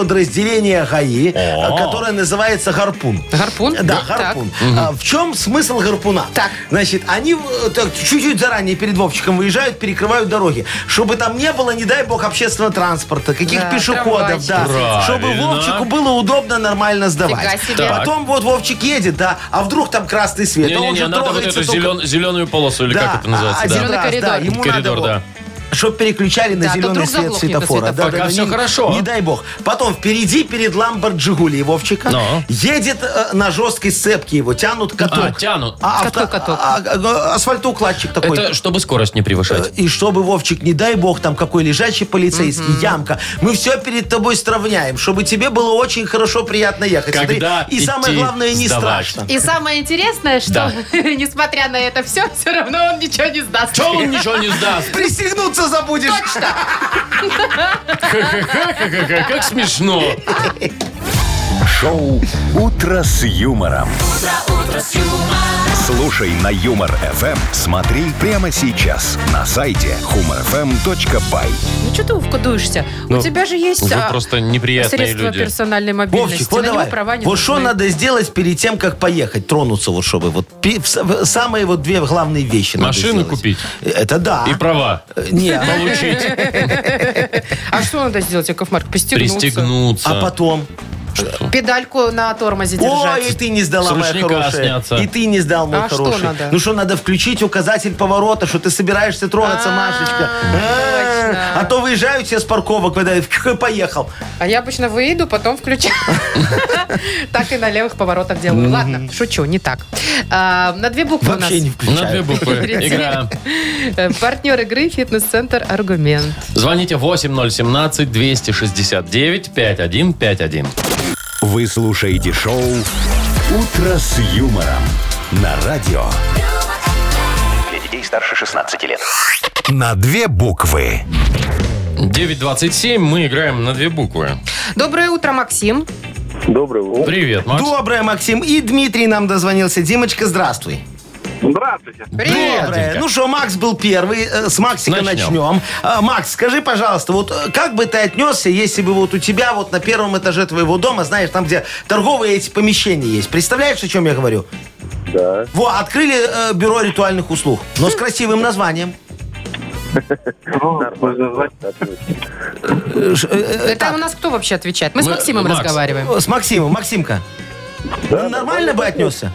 Speaker 4: спецподразделение ГАИ, э, которое называется «Гарпун».
Speaker 3: Гарпун?
Speaker 4: Да,
Speaker 3: Так.
Speaker 4: гарпун. А, в чем смысл гарпуна?
Speaker 3: Так.
Speaker 4: Значит, они э, так, чуть-чуть заранее перед Вовчиком выезжают, перекрывают дороги. Чтобы там не было, не дай бог, общественного транспорта, каких
Speaker 3: Да,
Speaker 4: пешеходов, да.
Speaker 2: трамвайчиков.
Speaker 4: Чтобы
Speaker 2: Правильно.
Speaker 4: Вовчику было удобно нормально
Speaker 3: Фига
Speaker 4: сдавать.
Speaker 3: себе. Так.
Speaker 4: Потом вот Вовчик едет, да, а вдруг там красный свет. а он
Speaker 2: Не-не-не,
Speaker 4: же
Speaker 2: надо вот
Speaker 4: трогается
Speaker 2: эту
Speaker 4: только-
Speaker 2: зелен- зеленую полосу, или
Speaker 4: Да,
Speaker 2: как это
Speaker 4: а-
Speaker 2: называется,
Speaker 4: один
Speaker 2: да.
Speaker 3: Зеленый
Speaker 4: раз,
Speaker 3: коридор.
Speaker 4: да, ему
Speaker 2: Коридор,
Speaker 4: надо вот-
Speaker 2: да.
Speaker 4: Чтоб переключали
Speaker 3: Да, а
Speaker 4: на
Speaker 3: то
Speaker 4: вдруг
Speaker 3: вдруг
Speaker 4: свет
Speaker 3: заглохнет
Speaker 4: светофора.
Speaker 3: на светофоре.
Speaker 2: Пока
Speaker 4: не-
Speaker 2: всё хорошо.
Speaker 4: Не дай бог. Потом впереди перед Ламбор Джигули Вовчика
Speaker 2: Но.
Speaker 4: едет э, на жесткой сцепке его, тянут каток.
Speaker 2: А, тянут.
Speaker 4: А,
Speaker 3: Какой каток?
Speaker 4: а, а, асфальтоукладчик такой.
Speaker 2: Это чтобы скорость не превышать.
Speaker 4: И чтобы, Вовчик, не дай бог, там какой лежачий полицейский, ямка. Мы все перед тобой сравняем, чтобы тебе было очень хорошо, приятно ехать. Смотри,
Speaker 2: Когда
Speaker 4: и самое
Speaker 2: идти
Speaker 4: главное, не
Speaker 2: сдавать?
Speaker 4: страшно.
Speaker 3: И самое интересное, что
Speaker 2: Да.
Speaker 3: несмотря на это все, все равно он ничего не сдаст.
Speaker 2: Че он ничего не сдаст?
Speaker 4: Присягнуться забудешь.
Speaker 2: Ха-ха-ха, Как смешно.
Speaker 1: Шоу «Утро с юмором». Слушай на Юмор ФМ, смотри прямо сейчас на сайте humorfm.by.
Speaker 3: Ну что ты, Вовка, дуешься?
Speaker 2: Ну,
Speaker 3: У тебя же есть
Speaker 2: вы
Speaker 3: а,
Speaker 2: просто неприятные
Speaker 3: средства
Speaker 2: люди.
Speaker 3: персональной мобильности.
Speaker 4: Вовчик, вот
Speaker 3: На него
Speaker 4: давай.
Speaker 3: права не
Speaker 4: вот что
Speaker 3: нужны.
Speaker 4: надо сделать перед тем, как поехать, тронуться, вот чтобы вот пи- в с- в- самые вот две главные вещи. надо
Speaker 2: Машину
Speaker 4: сделать.
Speaker 2: купить.
Speaker 4: Это да.
Speaker 2: И права
Speaker 4: Э, Не, а-
Speaker 2: получить.
Speaker 3: А что надо сделать, Яков Марк? Пристегнуться.
Speaker 2: Пристегнуться.
Speaker 4: а потом.
Speaker 3: Педальку на тормозе держать.
Speaker 4: Ой, и ты не сдала,
Speaker 2: С
Speaker 4: моя
Speaker 2: ручника
Speaker 4: хорошая.
Speaker 2: сняться.
Speaker 4: И ты не сдал, мой
Speaker 3: А что
Speaker 4: хороший.
Speaker 3: надо?
Speaker 4: Ну что, надо включить указатель поворота, что ты собираешься трогаться,
Speaker 3: А,
Speaker 4: Машечка. Э,
Speaker 3: точно.
Speaker 4: А то выезжают все с парковок, когда я в- поехал.
Speaker 3: А я обычно выйду, потом включаю. Так и на левых поворотах делаю. Ладно, шучу, не так. А, На две буквы у нас.
Speaker 4: Вообще не
Speaker 2: На две
Speaker 4: включаю.
Speaker 2: буквы. Игра.
Speaker 3: Э, Партнер игры «Фитнес-центр Аргумент».
Speaker 2: Звоните 8017-269-5151.
Speaker 1: Вы слушаете шоу «Утро с юмором» на радио.
Speaker 5: Для детей старше 16 лет.
Speaker 1: На две буквы.
Speaker 2: 9.27, мы играем на две буквы.
Speaker 3: Доброе утро, Максим.
Speaker 6: Доброе утро.
Speaker 2: Привет, Макс.
Speaker 4: Доброе, Максим. И Дмитрий нам дозвонился. Димочка, здравствуй.
Speaker 6: Здравствуйте.
Speaker 2: Привет,
Speaker 4: Доброе.
Speaker 2: Димка.
Speaker 4: Ну что, Макс был первый. Э, С Максика
Speaker 2: Начнем.
Speaker 4: начнем. А, Макс, скажи, пожалуйста, вот э, как бы ты отнесся, если бы вот у тебя вот на первом этаже твоего дома, знаешь, там, где торговые эти помещения есть. Представляешь, о чем я говорю?
Speaker 6: Да.
Speaker 4: Во, открыли э, бюро ритуальных услуг, но с красивым названием.
Speaker 6: Ну, Можно назвать
Speaker 4: Э, ш- э, э,
Speaker 3: Это у нас кто вообще отвечает? Мы с
Speaker 2: Мы-
Speaker 3: Максимом
Speaker 2: Макс.
Speaker 3: разговариваем.
Speaker 4: С Максимом, Максимка. Ну, нормально бы отнесся?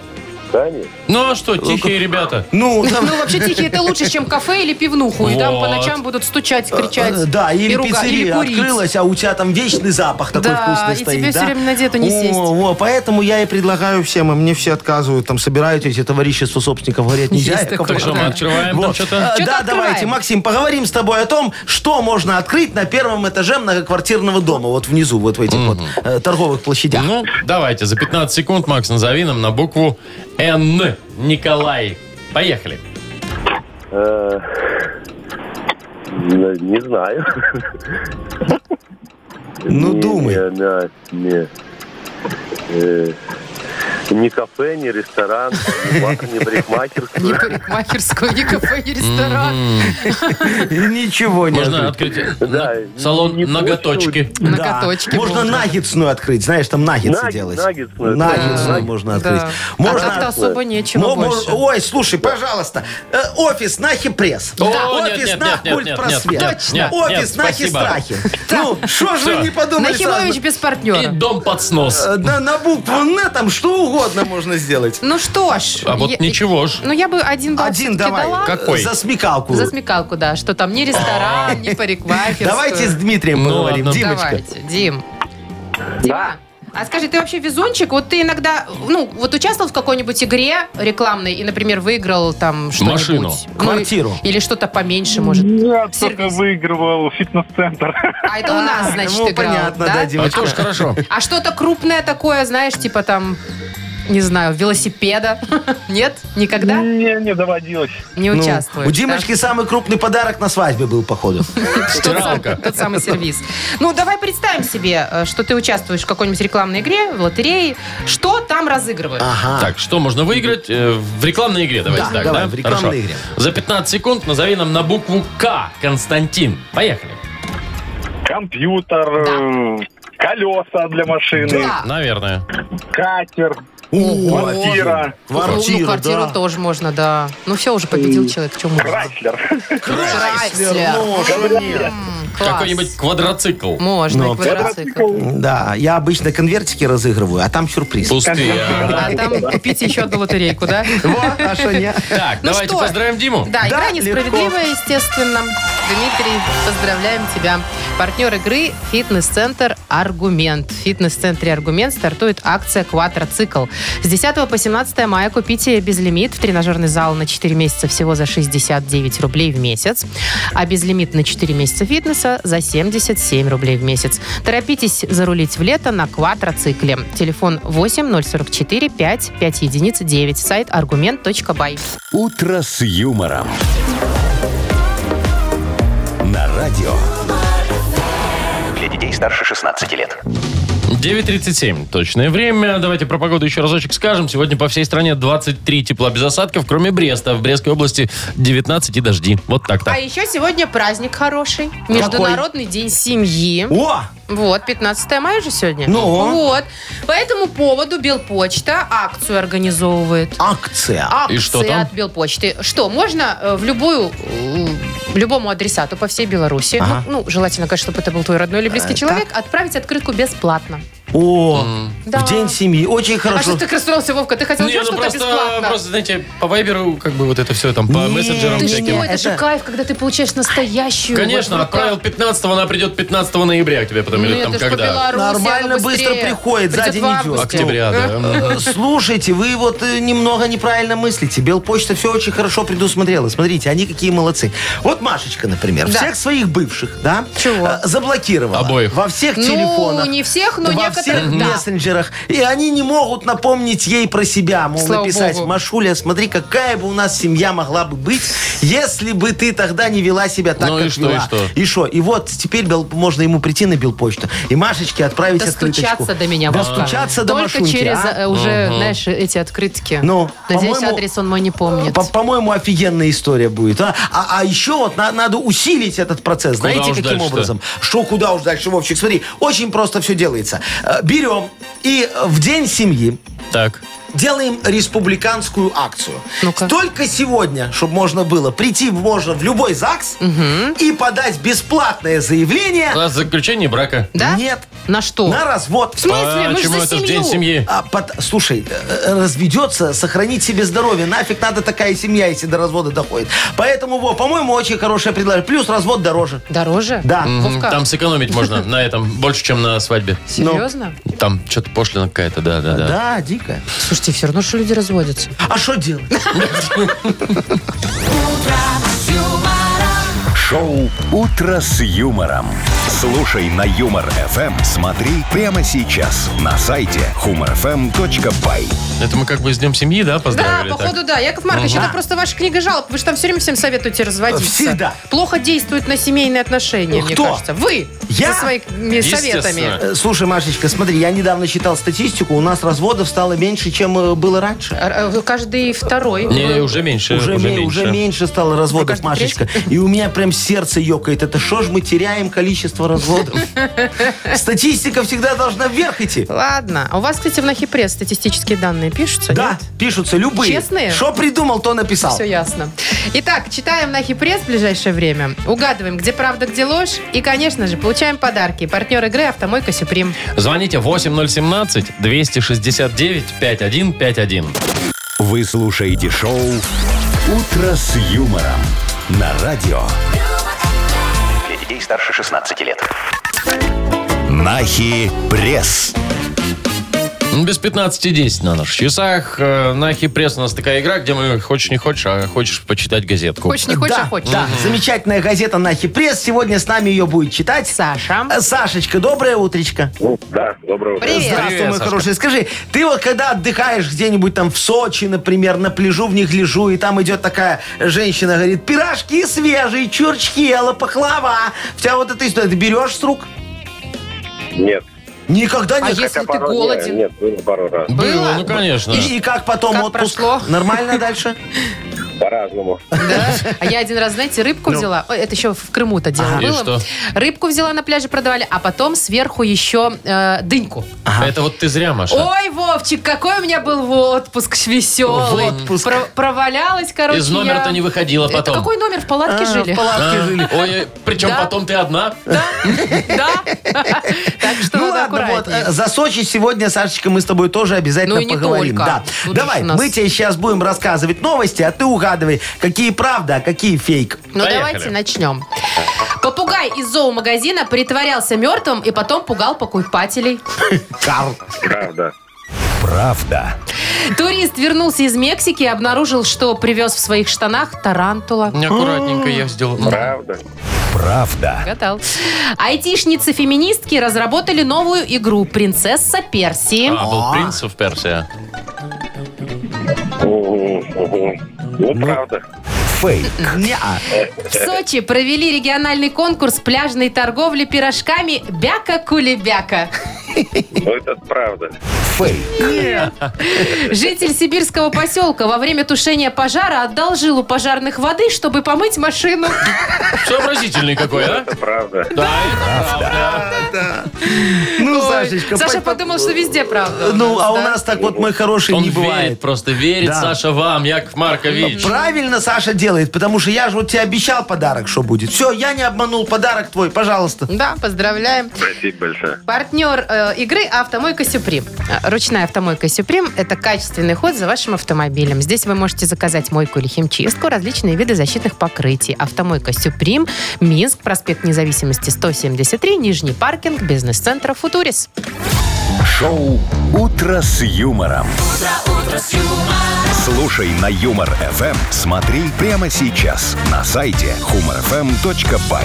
Speaker 6: Конечно.
Speaker 2: Ну а что, тихие ребята.
Speaker 4: Ну, там,
Speaker 3: Ну, вообще, тихие это лучше, чем кафе или пивнуху. И там по
Speaker 2: Вот.
Speaker 3: ночам будут стучать, кричать.
Speaker 4: э, да, или
Speaker 3: и ругать, или
Speaker 4: пиццерия
Speaker 3: курить.
Speaker 4: открылась, а у тебя там вечный запах такой
Speaker 3: Да,
Speaker 4: вкусный
Speaker 3: и
Speaker 4: стоит.
Speaker 3: тебе
Speaker 4: да?
Speaker 3: всё время на диету не
Speaker 4: О,
Speaker 3: сесть.
Speaker 4: во, поэтому я и предлагаю всем, и мне все отказывают, там собирают эти товарищества собственников, говорят, нельзя.
Speaker 3: Есть
Speaker 4: Яков
Speaker 3: такое,
Speaker 2: Так что мы
Speaker 3: да.
Speaker 4: Маркович.
Speaker 2: открываем там
Speaker 4: Вот.
Speaker 2: что-то?
Speaker 4: Э,
Speaker 3: Что-то
Speaker 4: Да,
Speaker 3: открываем.
Speaker 4: давайте, Максим, поговорим с тобой о том, что можно открыть на первом этаже многоквартирного дома, вот внизу, вот в этих вот э, торговых площадях.
Speaker 2: Ну, давайте, за 15 секунд, Макс, назови нам на букву Н. Николай. Поехали.
Speaker 6: Э, Не не знаю.
Speaker 4: Ну,
Speaker 6: Не,
Speaker 4: думай.
Speaker 6: не, не, не. Э, Ни кафе, ни ресторан, ни бар, ни парикмахерскую.
Speaker 3: Ни парикмахерскую, ни кафе, ни ресторан.
Speaker 4: Ничего не
Speaker 2: Можно
Speaker 4: открыть.
Speaker 2: открыть э,
Speaker 6: Да,
Speaker 2: на- салон
Speaker 6: не
Speaker 2: ноготочки.
Speaker 4: Да.
Speaker 3: Ноготочки
Speaker 4: Можно
Speaker 3: можно.
Speaker 4: наггетсную открыть, знаешь, там наггетсы
Speaker 6: Наггетс-
Speaker 4: делать.
Speaker 6: наггетсную,
Speaker 4: Наггетсную
Speaker 3: да.
Speaker 4: можно
Speaker 3: Да.
Speaker 4: открыть.
Speaker 3: А
Speaker 4: Можно...
Speaker 3: так-то особо нечего
Speaker 4: Мо- мо-
Speaker 3: больше.
Speaker 4: Ой, слушай, пожалуйста, э, офис на хипресс.
Speaker 2: О, нет,
Speaker 4: Офис
Speaker 2: нет,
Speaker 4: на
Speaker 2: нет, нет, нет,
Speaker 4: культпросвет.
Speaker 2: нет, Точно. нет,
Speaker 4: Офис
Speaker 2: нет,
Speaker 4: на
Speaker 2: спасибо.
Speaker 4: хистрахе. Ну, что же вы не подумали?
Speaker 3: Нахимович
Speaker 4: сразу?
Speaker 3: без
Speaker 2: И
Speaker 3: партнера.
Speaker 2: дом под снос.
Speaker 4: Э, Да, на букву Н там что угодно можно сделать.
Speaker 3: Ну что ж.
Speaker 2: А вот
Speaker 3: я-
Speaker 2: ничего ж.
Speaker 3: Ну я бы один балл
Speaker 4: Один
Speaker 3: всё-таки
Speaker 4: давай.
Speaker 3: дала.
Speaker 2: Какой?
Speaker 4: За смекалку.
Speaker 3: За смекалку, да. Что там ни
Speaker 2: А.
Speaker 3: ресторан, ни парикмахерскую.
Speaker 4: Давайте с Дмитрием
Speaker 2: Ну,
Speaker 4: поговорим.
Speaker 2: ладно.
Speaker 4: Димочка.
Speaker 3: Давайте, Дим. Дима, а скажи, ты вообще везунчик? Вот ты иногда, ну, вот участвовал в какой-нибудь игре рекламной и, например, выиграл там что-нибудь?
Speaker 2: Машину.
Speaker 3: Ну,
Speaker 4: Квартиру.
Speaker 3: или что-то поменьше, может.
Speaker 10: Я только
Speaker 3: Сервис.
Speaker 10: выигрывал фитнес-центр.
Speaker 3: А это у нас, значит,
Speaker 4: Ну,
Speaker 3: играл,
Speaker 4: понятно, да,
Speaker 2: А
Speaker 4: Димочка.
Speaker 2: тоже хорошо.
Speaker 3: А что-то крупное такое, знаешь, типа там, не знаю, велосипеда? Нет? Никогда
Speaker 10: Не, не доводилось.
Speaker 3: не
Speaker 4: Ну,
Speaker 3: участвуешь?
Speaker 4: У
Speaker 3: да?
Speaker 4: Димочки самый крупный подарок на свадьбе был, походу.
Speaker 3: Тот самый, тот самый сервис. Ну, давай представим себе, э, что ты участвуешь в какой-нибудь рекламной игре, в лотерее. Что там разыгрывают?
Speaker 4: Ага.
Speaker 2: Так, что можно выиграть? Э, В рекламной игре давайте
Speaker 4: Да,
Speaker 2: так,
Speaker 4: давай,
Speaker 2: да?
Speaker 4: в рекламной игре.
Speaker 2: За 15 секунд назови нам на букву К. Константин. Поехали.
Speaker 10: Компьютер, э, колеса для машины,
Speaker 3: Да.
Speaker 2: Наверное.
Speaker 10: катер,
Speaker 4: Ого.
Speaker 10: квартира,
Speaker 3: ну, ну,
Speaker 4: Квартира,
Speaker 3: квартиру
Speaker 4: да.
Speaker 3: тоже можно, да. Ну все, уже победил человек, чему.
Speaker 10: Крайслер.
Speaker 3: Крайслер.
Speaker 4: Ну, конечно.
Speaker 2: Какой-нибудь квадроцикл.
Speaker 3: Можно,
Speaker 4: Ну,
Speaker 3: и квадроцикл.
Speaker 4: Да, я обычно конвертики разыгрываю, а там сюрприз.
Speaker 2: Пустые. а.
Speaker 3: А там купите еще одну лотерейку, да?
Speaker 4: Во, а что не?
Speaker 2: Так,
Speaker 3: Ну
Speaker 2: давайте
Speaker 3: что?
Speaker 2: поздравим Диму.
Speaker 3: Да, игра
Speaker 4: Да,
Speaker 3: несправедливая, естественно. Дмитрий, поздравляем тебя. Партнер игры «Фитнес-центр Аргумент». В «Фитнес-центре Аргумент» стартует акция «Квадроцикл». С 10 по 17 мая купите безлимит в тренажерный зал на 4 месяца всего за 69 рублей в месяц, а безлимит на 4 месяца фитнеса за 77 рублей в месяц. Торопитесь зарулить в лето на «Квадроцикле». Телефон 8 044 5 5 единиц 9. Сайт аргумент.бай.
Speaker 1: «Утро с юмором». На радио.
Speaker 5: Для детей старше 16 лет.
Speaker 2: 9.37. Точное время. Давайте про погоду еще разочек скажем. Сегодня по всей стране 23 тепла без осадков, кроме Бреста. В Брестской области 19 и дожди. Вот так-то.
Speaker 3: А еще сегодня праздник хороший. Международный день семьи.
Speaker 4: О,
Speaker 3: Вот, 15 мая же сегодня.
Speaker 4: Ну.
Speaker 3: Вот. По этому поводу Белпочта акцию организовывает.
Speaker 4: акция.
Speaker 3: Акция
Speaker 2: И что там?
Speaker 3: от Белпочты. Что, можно э, в любую, э, любому адресату по всей Беларуси,
Speaker 4: Ага. Э,
Speaker 3: ну, ну, желательно, конечно, чтобы это был твой родной или близкий человек, отправить открытку бесплатно.
Speaker 4: О,
Speaker 3: Да.
Speaker 4: в день семьи. Очень
Speaker 3: А что
Speaker 4: хорошо.
Speaker 3: ты так расстроился, Вовка? Ты хотел
Speaker 2: Не,
Speaker 3: сделать
Speaker 2: ну
Speaker 3: что-то
Speaker 2: просто,
Speaker 3: бесплатно?
Speaker 2: просто, знаете, по Вайберу как бы вот это все там, по
Speaker 4: Не,
Speaker 2: мессенджерам
Speaker 3: Ты
Speaker 4: не,
Speaker 2: всяким.
Speaker 3: что, это, же
Speaker 4: это-
Speaker 3: кайф, когда ты получаешь настоящую.
Speaker 2: Конечно,
Speaker 3: вот в руках.
Speaker 2: отправил 15-го, она придет 15 ноября к тебе потом,
Speaker 3: Ну,
Speaker 2: или там
Speaker 3: это ж по
Speaker 2: когда.
Speaker 3: Беларуси,
Speaker 4: Нормально,
Speaker 3: оно быстрее.
Speaker 4: быстро приходит, за
Speaker 3: Придет
Speaker 4: день
Speaker 3: в
Speaker 4: идет.
Speaker 3: августе.
Speaker 2: Октября, да.
Speaker 4: Э, Слушайте, вы вот э, немного неправильно мыслите. Белпочта все очень хорошо предусмотрела. Смотрите, они какие молодцы. Вот Машечка, например,
Speaker 3: Да.
Speaker 4: всех своих бывших, да,
Speaker 3: Чего?
Speaker 4: э, заблокировала.
Speaker 2: Обоих.
Speaker 4: Во всех
Speaker 3: Ну,
Speaker 4: телефонах.
Speaker 3: не всех, но
Speaker 4: во
Speaker 3: некоторых,
Speaker 4: всех
Speaker 3: да.
Speaker 4: мессенджерах. И они не могут напомнить ей про себя. Мол,
Speaker 3: Слава
Speaker 4: написать,
Speaker 3: богу.
Speaker 4: Машуля, смотри, какая бы у нас семья могла бы быть, если бы ты тогда не вела себя так,
Speaker 2: Ну и
Speaker 4: как
Speaker 2: что, и
Speaker 4: вела».
Speaker 2: что?
Speaker 4: И что? И вот теперь Бел- можно ему прийти на Белпочту и Машечке отправить открыточку.
Speaker 3: Достучаться до меня. Вовка.
Speaker 4: Достучаться до
Speaker 3: Только
Speaker 4: Машуньки,
Speaker 3: через
Speaker 4: а?
Speaker 3: э, уже, знаешь, эти открытки.
Speaker 4: Ну,
Speaker 3: Надеюсь,
Speaker 4: по-моему, э,
Speaker 3: адрес он мой не помнит.
Speaker 4: Ну, По- По-моему, офигенная история будет. А, а, а еще вот на- надо усилить этот процесс.
Speaker 2: Куда
Speaker 4: Знаете,
Speaker 2: уж
Speaker 4: каким
Speaker 2: дальше-то?
Speaker 4: образом? Что куда уж дальше, Вовчик? Смотри, очень просто все делается. Э, Берем и э, в день семьи
Speaker 2: Так.
Speaker 4: делаем республиканскую акцию.
Speaker 3: Ну-ка.
Speaker 4: Только сегодня, чтобы можно было, прийти можно в любой ЗАГС и подать бесплатное заявление.
Speaker 2: У нас заключение брака.
Speaker 3: Да?
Speaker 4: Нет.
Speaker 3: На что?
Speaker 4: На развод.
Speaker 3: В смысле? Мы же
Speaker 2: Почему
Speaker 3: за
Speaker 2: это ж
Speaker 3: семью.
Speaker 2: день семьи?
Speaker 4: А, под- Слушай, э, разведется, сохранить себе здоровье. Нафиг надо такая семья, если до развода доходит. Поэтому, во, по-моему, очень хорошее предложение. Плюс развод дороже.
Speaker 3: Дороже?
Speaker 4: Да.
Speaker 2: М,
Speaker 3: Вовка,
Speaker 2: Там ну. сэкономить можно на этом больше, чем на свадьбе.
Speaker 3: серьезно?
Speaker 2: Там что-то пошлина какая-то, да, да, да.
Speaker 4: Да, дико.
Speaker 3: Слушайте, все равно, что люди разводятся.
Speaker 4: А что делать?
Speaker 1: Шоу Шоу «Утро с юмором». Слушай на Юмор ФМ. Смотри прямо сейчас на сайте humorfm.by.
Speaker 2: Это мы как бы с Днем семьи, да,
Speaker 3: Да,
Speaker 2: поздравили? так?
Speaker 3: походу, да. Яков Маркович,
Speaker 2: Мгм.
Speaker 3: это просто ваша книга жалоб. Вы же там все время всем советуете разводиться.
Speaker 4: Всегда. Ну,
Speaker 3: Плохо действует на семейные отношения, мне
Speaker 4: Кто?
Speaker 3: кажется. Вы.
Speaker 4: Я?
Speaker 3: Со своими
Speaker 2: Естественно.
Speaker 3: советами.
Speaker 4: Э, Слушай, Машечка, смотри, я недавно читал статистику, у нас разводов стало меньше, чем э, было раньше.
Speaker 3: А, а, Каждый второй.
Speaker 2: Не, уже меньше.
Speaker 4: Уже, ме- уже меньше стало разводов,
Speaker 3: Ну, каждый
Speaker 4: Машечка. И у меня прям сердце ёкает. Это что ж мы теряем количество разводов? Статистика всегда должна вверх идти.
Speaker 3: Ладно. А у вас, кстати, в Нахипресс статистические данные пишутся?
Speaker 4: Да, пишутся любые.
Speaker 3: Честные?
Speaker 4: Что придумал, то написал.
Speaker 3: Все ясно. Итак, читаем на пресс в ближайшее время. Угадываем, где правда, где ложь. И, конечно же, получаем подарки. Партнер игры «Автомойка Сюприм».
Speaker 2: Звоните 8017-269-5151.
Speaker 1: Вы слушаете шоу «Утро с юмором» на радио.
Speaker 5: Для детей старше 16 лет.
Speaker 1: Нахи пресс.
Speaker 2: Ну, Без 15.10 на наших часах. Э, На Хипресс у нас такая игра, где мы хочешь не хочешь, а хочешь почитать газетку.
Speaker 3: Хочешь, не хочешь,
Speaker 4: да,
Speaker 3: а хочешь.
Speaker 4: да. замечательная газета «Нахи Пресс». Сегодня с нами ее будет читать
Speaker 3: Саша.
Speaker 4: Э, Сашечка, доброе утречко.
Speaker 10: Ну, Да, доброе утро.
Speaker 3: Привет.
Speaker 4: Здравствуй,
Speaker 2: Привет,
Speaker 4: мой
Speaker 2: Сашка.
Speaker 4: хороший. Скажи, ты вот когда отдыхаешь где-нибудь там в Сочи, например, на пляжу в них лежу, и там идет такая женщина, говорит, пирожки свежие, чурчки, а пахлава. У тебя вот эта история, ты берешь с рук?
Speaker 10: Нет.
Speaker 4: Никогда
Speaker 3: А
Speaker 4: не...
Speaker 3: если ты
Speaker 10: пару-
Speaker 3: голоден?
Speaker 10: Нет, было пару раз.
Speaker 2: Было,
Speaker 3: Было?
Speaker 2: ну, конечно.
Speaker 4: И, и как потом
Speaker 3: Как
Speaker 4: отпуск?
Speaker 3: прошло?
Speaker 4: Нормально дальше?
Speaker 10: По-разному.
Speaker 3: Да? А я один раз, знаете, рыбку взяла. Ой, это еще в Крыму-то дело
Speaker 2: Ну. Ага. И что?
Speaker 3: было. Рыбку взяла на пляже, продавали, а потом сверху еще э, дыньку.
Speaker 2: Это вот ты зря, Маша.
Speaker 3: Ой, Вовчик, какой у меня был отпуск веселый.
Speaker 4: В отпуск.
Speaker 3: Про- провалялась, короче,
Speaker 2: Из номера-то
Speaker 3: я-
Speaker 2: не выходила
Speaker 3: Это
Speaker 2: потом.
Speaker 3: какой номер? В палатке
Speaker 4: А,
Speaker 3: жили?
Speaker 4: в палатке
Speaker 2: А,
Speaker 4: жили.
Speaker 2: Ой, э, причем
Speaker 3: Да.
Speaker 2: потом ты одна.
Speaker 3: Да? Да? Так что
Speaker 4: Ну
Speaker 3: надо
Speaker 4: ладно, вот,
Speaker 3: аккуратнее.
Speaker 4: э, за Сочи сегодня, Сашечка, мы с тобой тоже обязательно
Speaker 3: Ну и не
Speaker 4: поговорим.
Speaker 3: только.
Speaker 4: Да.
Speaker 3: Тут
Speaker 4: Давай,
Speaker 3: же у нас-
Speaker 4: мы тебе сейчас будем рассказывать новости, а ты угадывай, какие правда, а какие фейк.
Speaker 3: Ну
Speaker 2: Поехали.
Speaker 3: давайте начнем. Попугай из зоомагазина притворялся мертвым и потом пугал покупателей.
Speaker 4: Карл.
Speaker 10: Правда.
Speaker 1: Правда.
Speaker 3: Турист вернулся из Мексики и обнаружил, что привез в своих штанах тарантула.
Speaker 2: Аккуратненько я Ну, сделала.
Speaker 10: Правда.
Speaker 1: Правда.
Speaker 3: Угадал. Айтишницы-феминистки разработали новую игру «Принцесса Персии».
Speaker 2: А, был принц в Персия.
Speaker 10: Мгм, мгм. Ну, правда.
Speaker 1: Фейк.
Speaker 4: Неа.
Speaker 3: В Сочи провели региональный конкурс пляжной торговли пирожками «Бяка-кулебяка».
Speaker 10: Ну, это правда.
Speaker 1: Фейк.
Speaker 3: Житель сибирского поселка во время тушения пожара одолжил у пожарных воды, чтобы помыть машину.
Speaker 2: Сообразительный какой, а?
Speaker 10: Это правда.
Speaker 2: Да, это правда.
Speaker 4: Ну,
Speaker 3: Ой,
Speaker 4: Сашечка,
Speaker 3: Саша
Speaker 4: по- по-
Speaker 3: подумал, что везде правда. у
Speaker 4: Ну,
Speaker 3: нас,
Speaker 4: а у
Speaker 3: да?
Speaker 4: нас так вот, мой хороший,
Speaker 2: Он
Speaker 4: не
Speaker 2: верит,
Speaker 4: бывает.
Speaker 2: просто верит,
Speaker 4: Да. Ну,
Speaker 2: Саша, вам, Яков Маркович.
Speaker 4: Правильно Саша делает, потому что я же вот тебе обещал подарок, что будет. Все, я не обманул, подарок твой, пожалуйста.
Speaker 3: Да, поздравляем.
Speaker 10: Спасибо большое.
Speaker 3: Партнер э, игры «Автомойка Сюприм». Э, Ручная «Автомойка Сюприм» – это качественный ход за вашим автомобилем. Здесь вы можете заказать мойку или химчистку, различные виды защитных покрытий. «Автомойка Сюприм», Минск, проспект Независимости, 173, Нижний паркинг, бизнес-центр «Футурис».
Speaker 1: Шоу «Утро с юмором». Слушай на Юмор ФМ. Смотри прямо сейчас на сайте humorfm.by.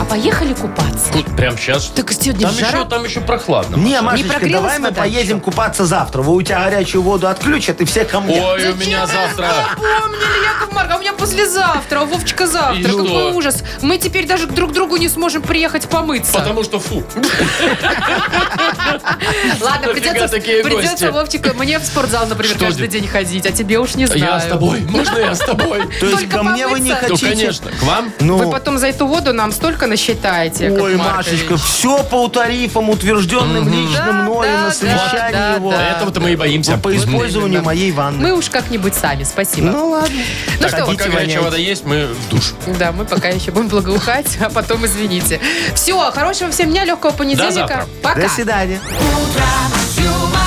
Speaker 3: А поехали купаться?
Speaker 2: Тут Прям сейчас.
Speaker 3: Так сегодня
Speaker 2: Там
Speaker 3: жара.
Speaker 2: еще, там еще прохладно.
Speaker 4: Не, Машечка,
Speaker 3: прогрелась
Speaker 4: давай мы
Speaker 3: вода
Speaker 4: поедем
Speaker 3: еще?
Speaker 4: купаться завтра. Вы у тебя горячую воду отключат, и все ко мне.
Speaker 2: Ой, у
Speaker 3: Зачем
Speaker 2: меня
Speaker 3: ты нас
Speaker 2: завтра...
Speaker 3: напомнили, Яков Марк, а у меня послезавтра, а у Вовчика
Speaker 2: И
Speaker 3: завтра.
Speaker 2: что?
Speaker 3: Какой ужас. Мы теперь даже друг к другу не сможем приехать помыться.
Speaker 2: Потому что фу.
Speaker 3: Ладно,
Speaker 2: Нафига
Speaker 3: придется,
Speaker 2: такие гости?
Speaker 3: придется Вовчик, мне в спортзал, например,
Speaker 2: Что
Speaker 3: каждый
Speaker 2: ты?
Speaker 3: день ходить, а тебе уж не знаю.
Speaker 2: Я с тобой. Можно я с тобой?
Speaker 4: То есть
Speaker 3: только
Speaker 4: ко мне вы не
Speaker 3: помыться?
Speaker 2: Ну,
Speaker 4: хотите?
Speaker 2: конечно. К вам?
Speaker 4: Ну,
Speaker 3: Вы потом за эту воду нам столько насчитаете, Яков
Speaker 4: Ой,
Speaker 3: Маркович.
Speaker 4: Машечка, все по тарифам, утвержденным лично
Speaker 3: Да,
Speaker 4: мною
Speaker 3: да,
Speaker 4: на
Speaker 3: да,
Speaker 4: совещании
Speaker 3: да,
Speaker 4: его.
Speaker 3: да.
Speaker 2: Поэтому-то мы и боимся.
Speaker 4: По использованию моей ванны.
Speaker 3: Мы уж как-нибудь сами, спасибо.
Speaker 4: Ну ладно.
Speaker 3: Ну
Speaker 2: Так, а
Speaker 3: что,
Speaker 2: пока
Speaker 4: хотите,
Speaker 2: горячая
Speaker 4: воняйте.
Speaker 2: вода есть, мы в душ.
Speaker 3: Да, мы пока еще будем благоухать, а потом извините. Все, хорошего всем дня, легкого понедельника.
Speaker 2: завтра.
Speaker 3: Пока.
Speaker 4: До свидания.
Speaker 11: Юмор.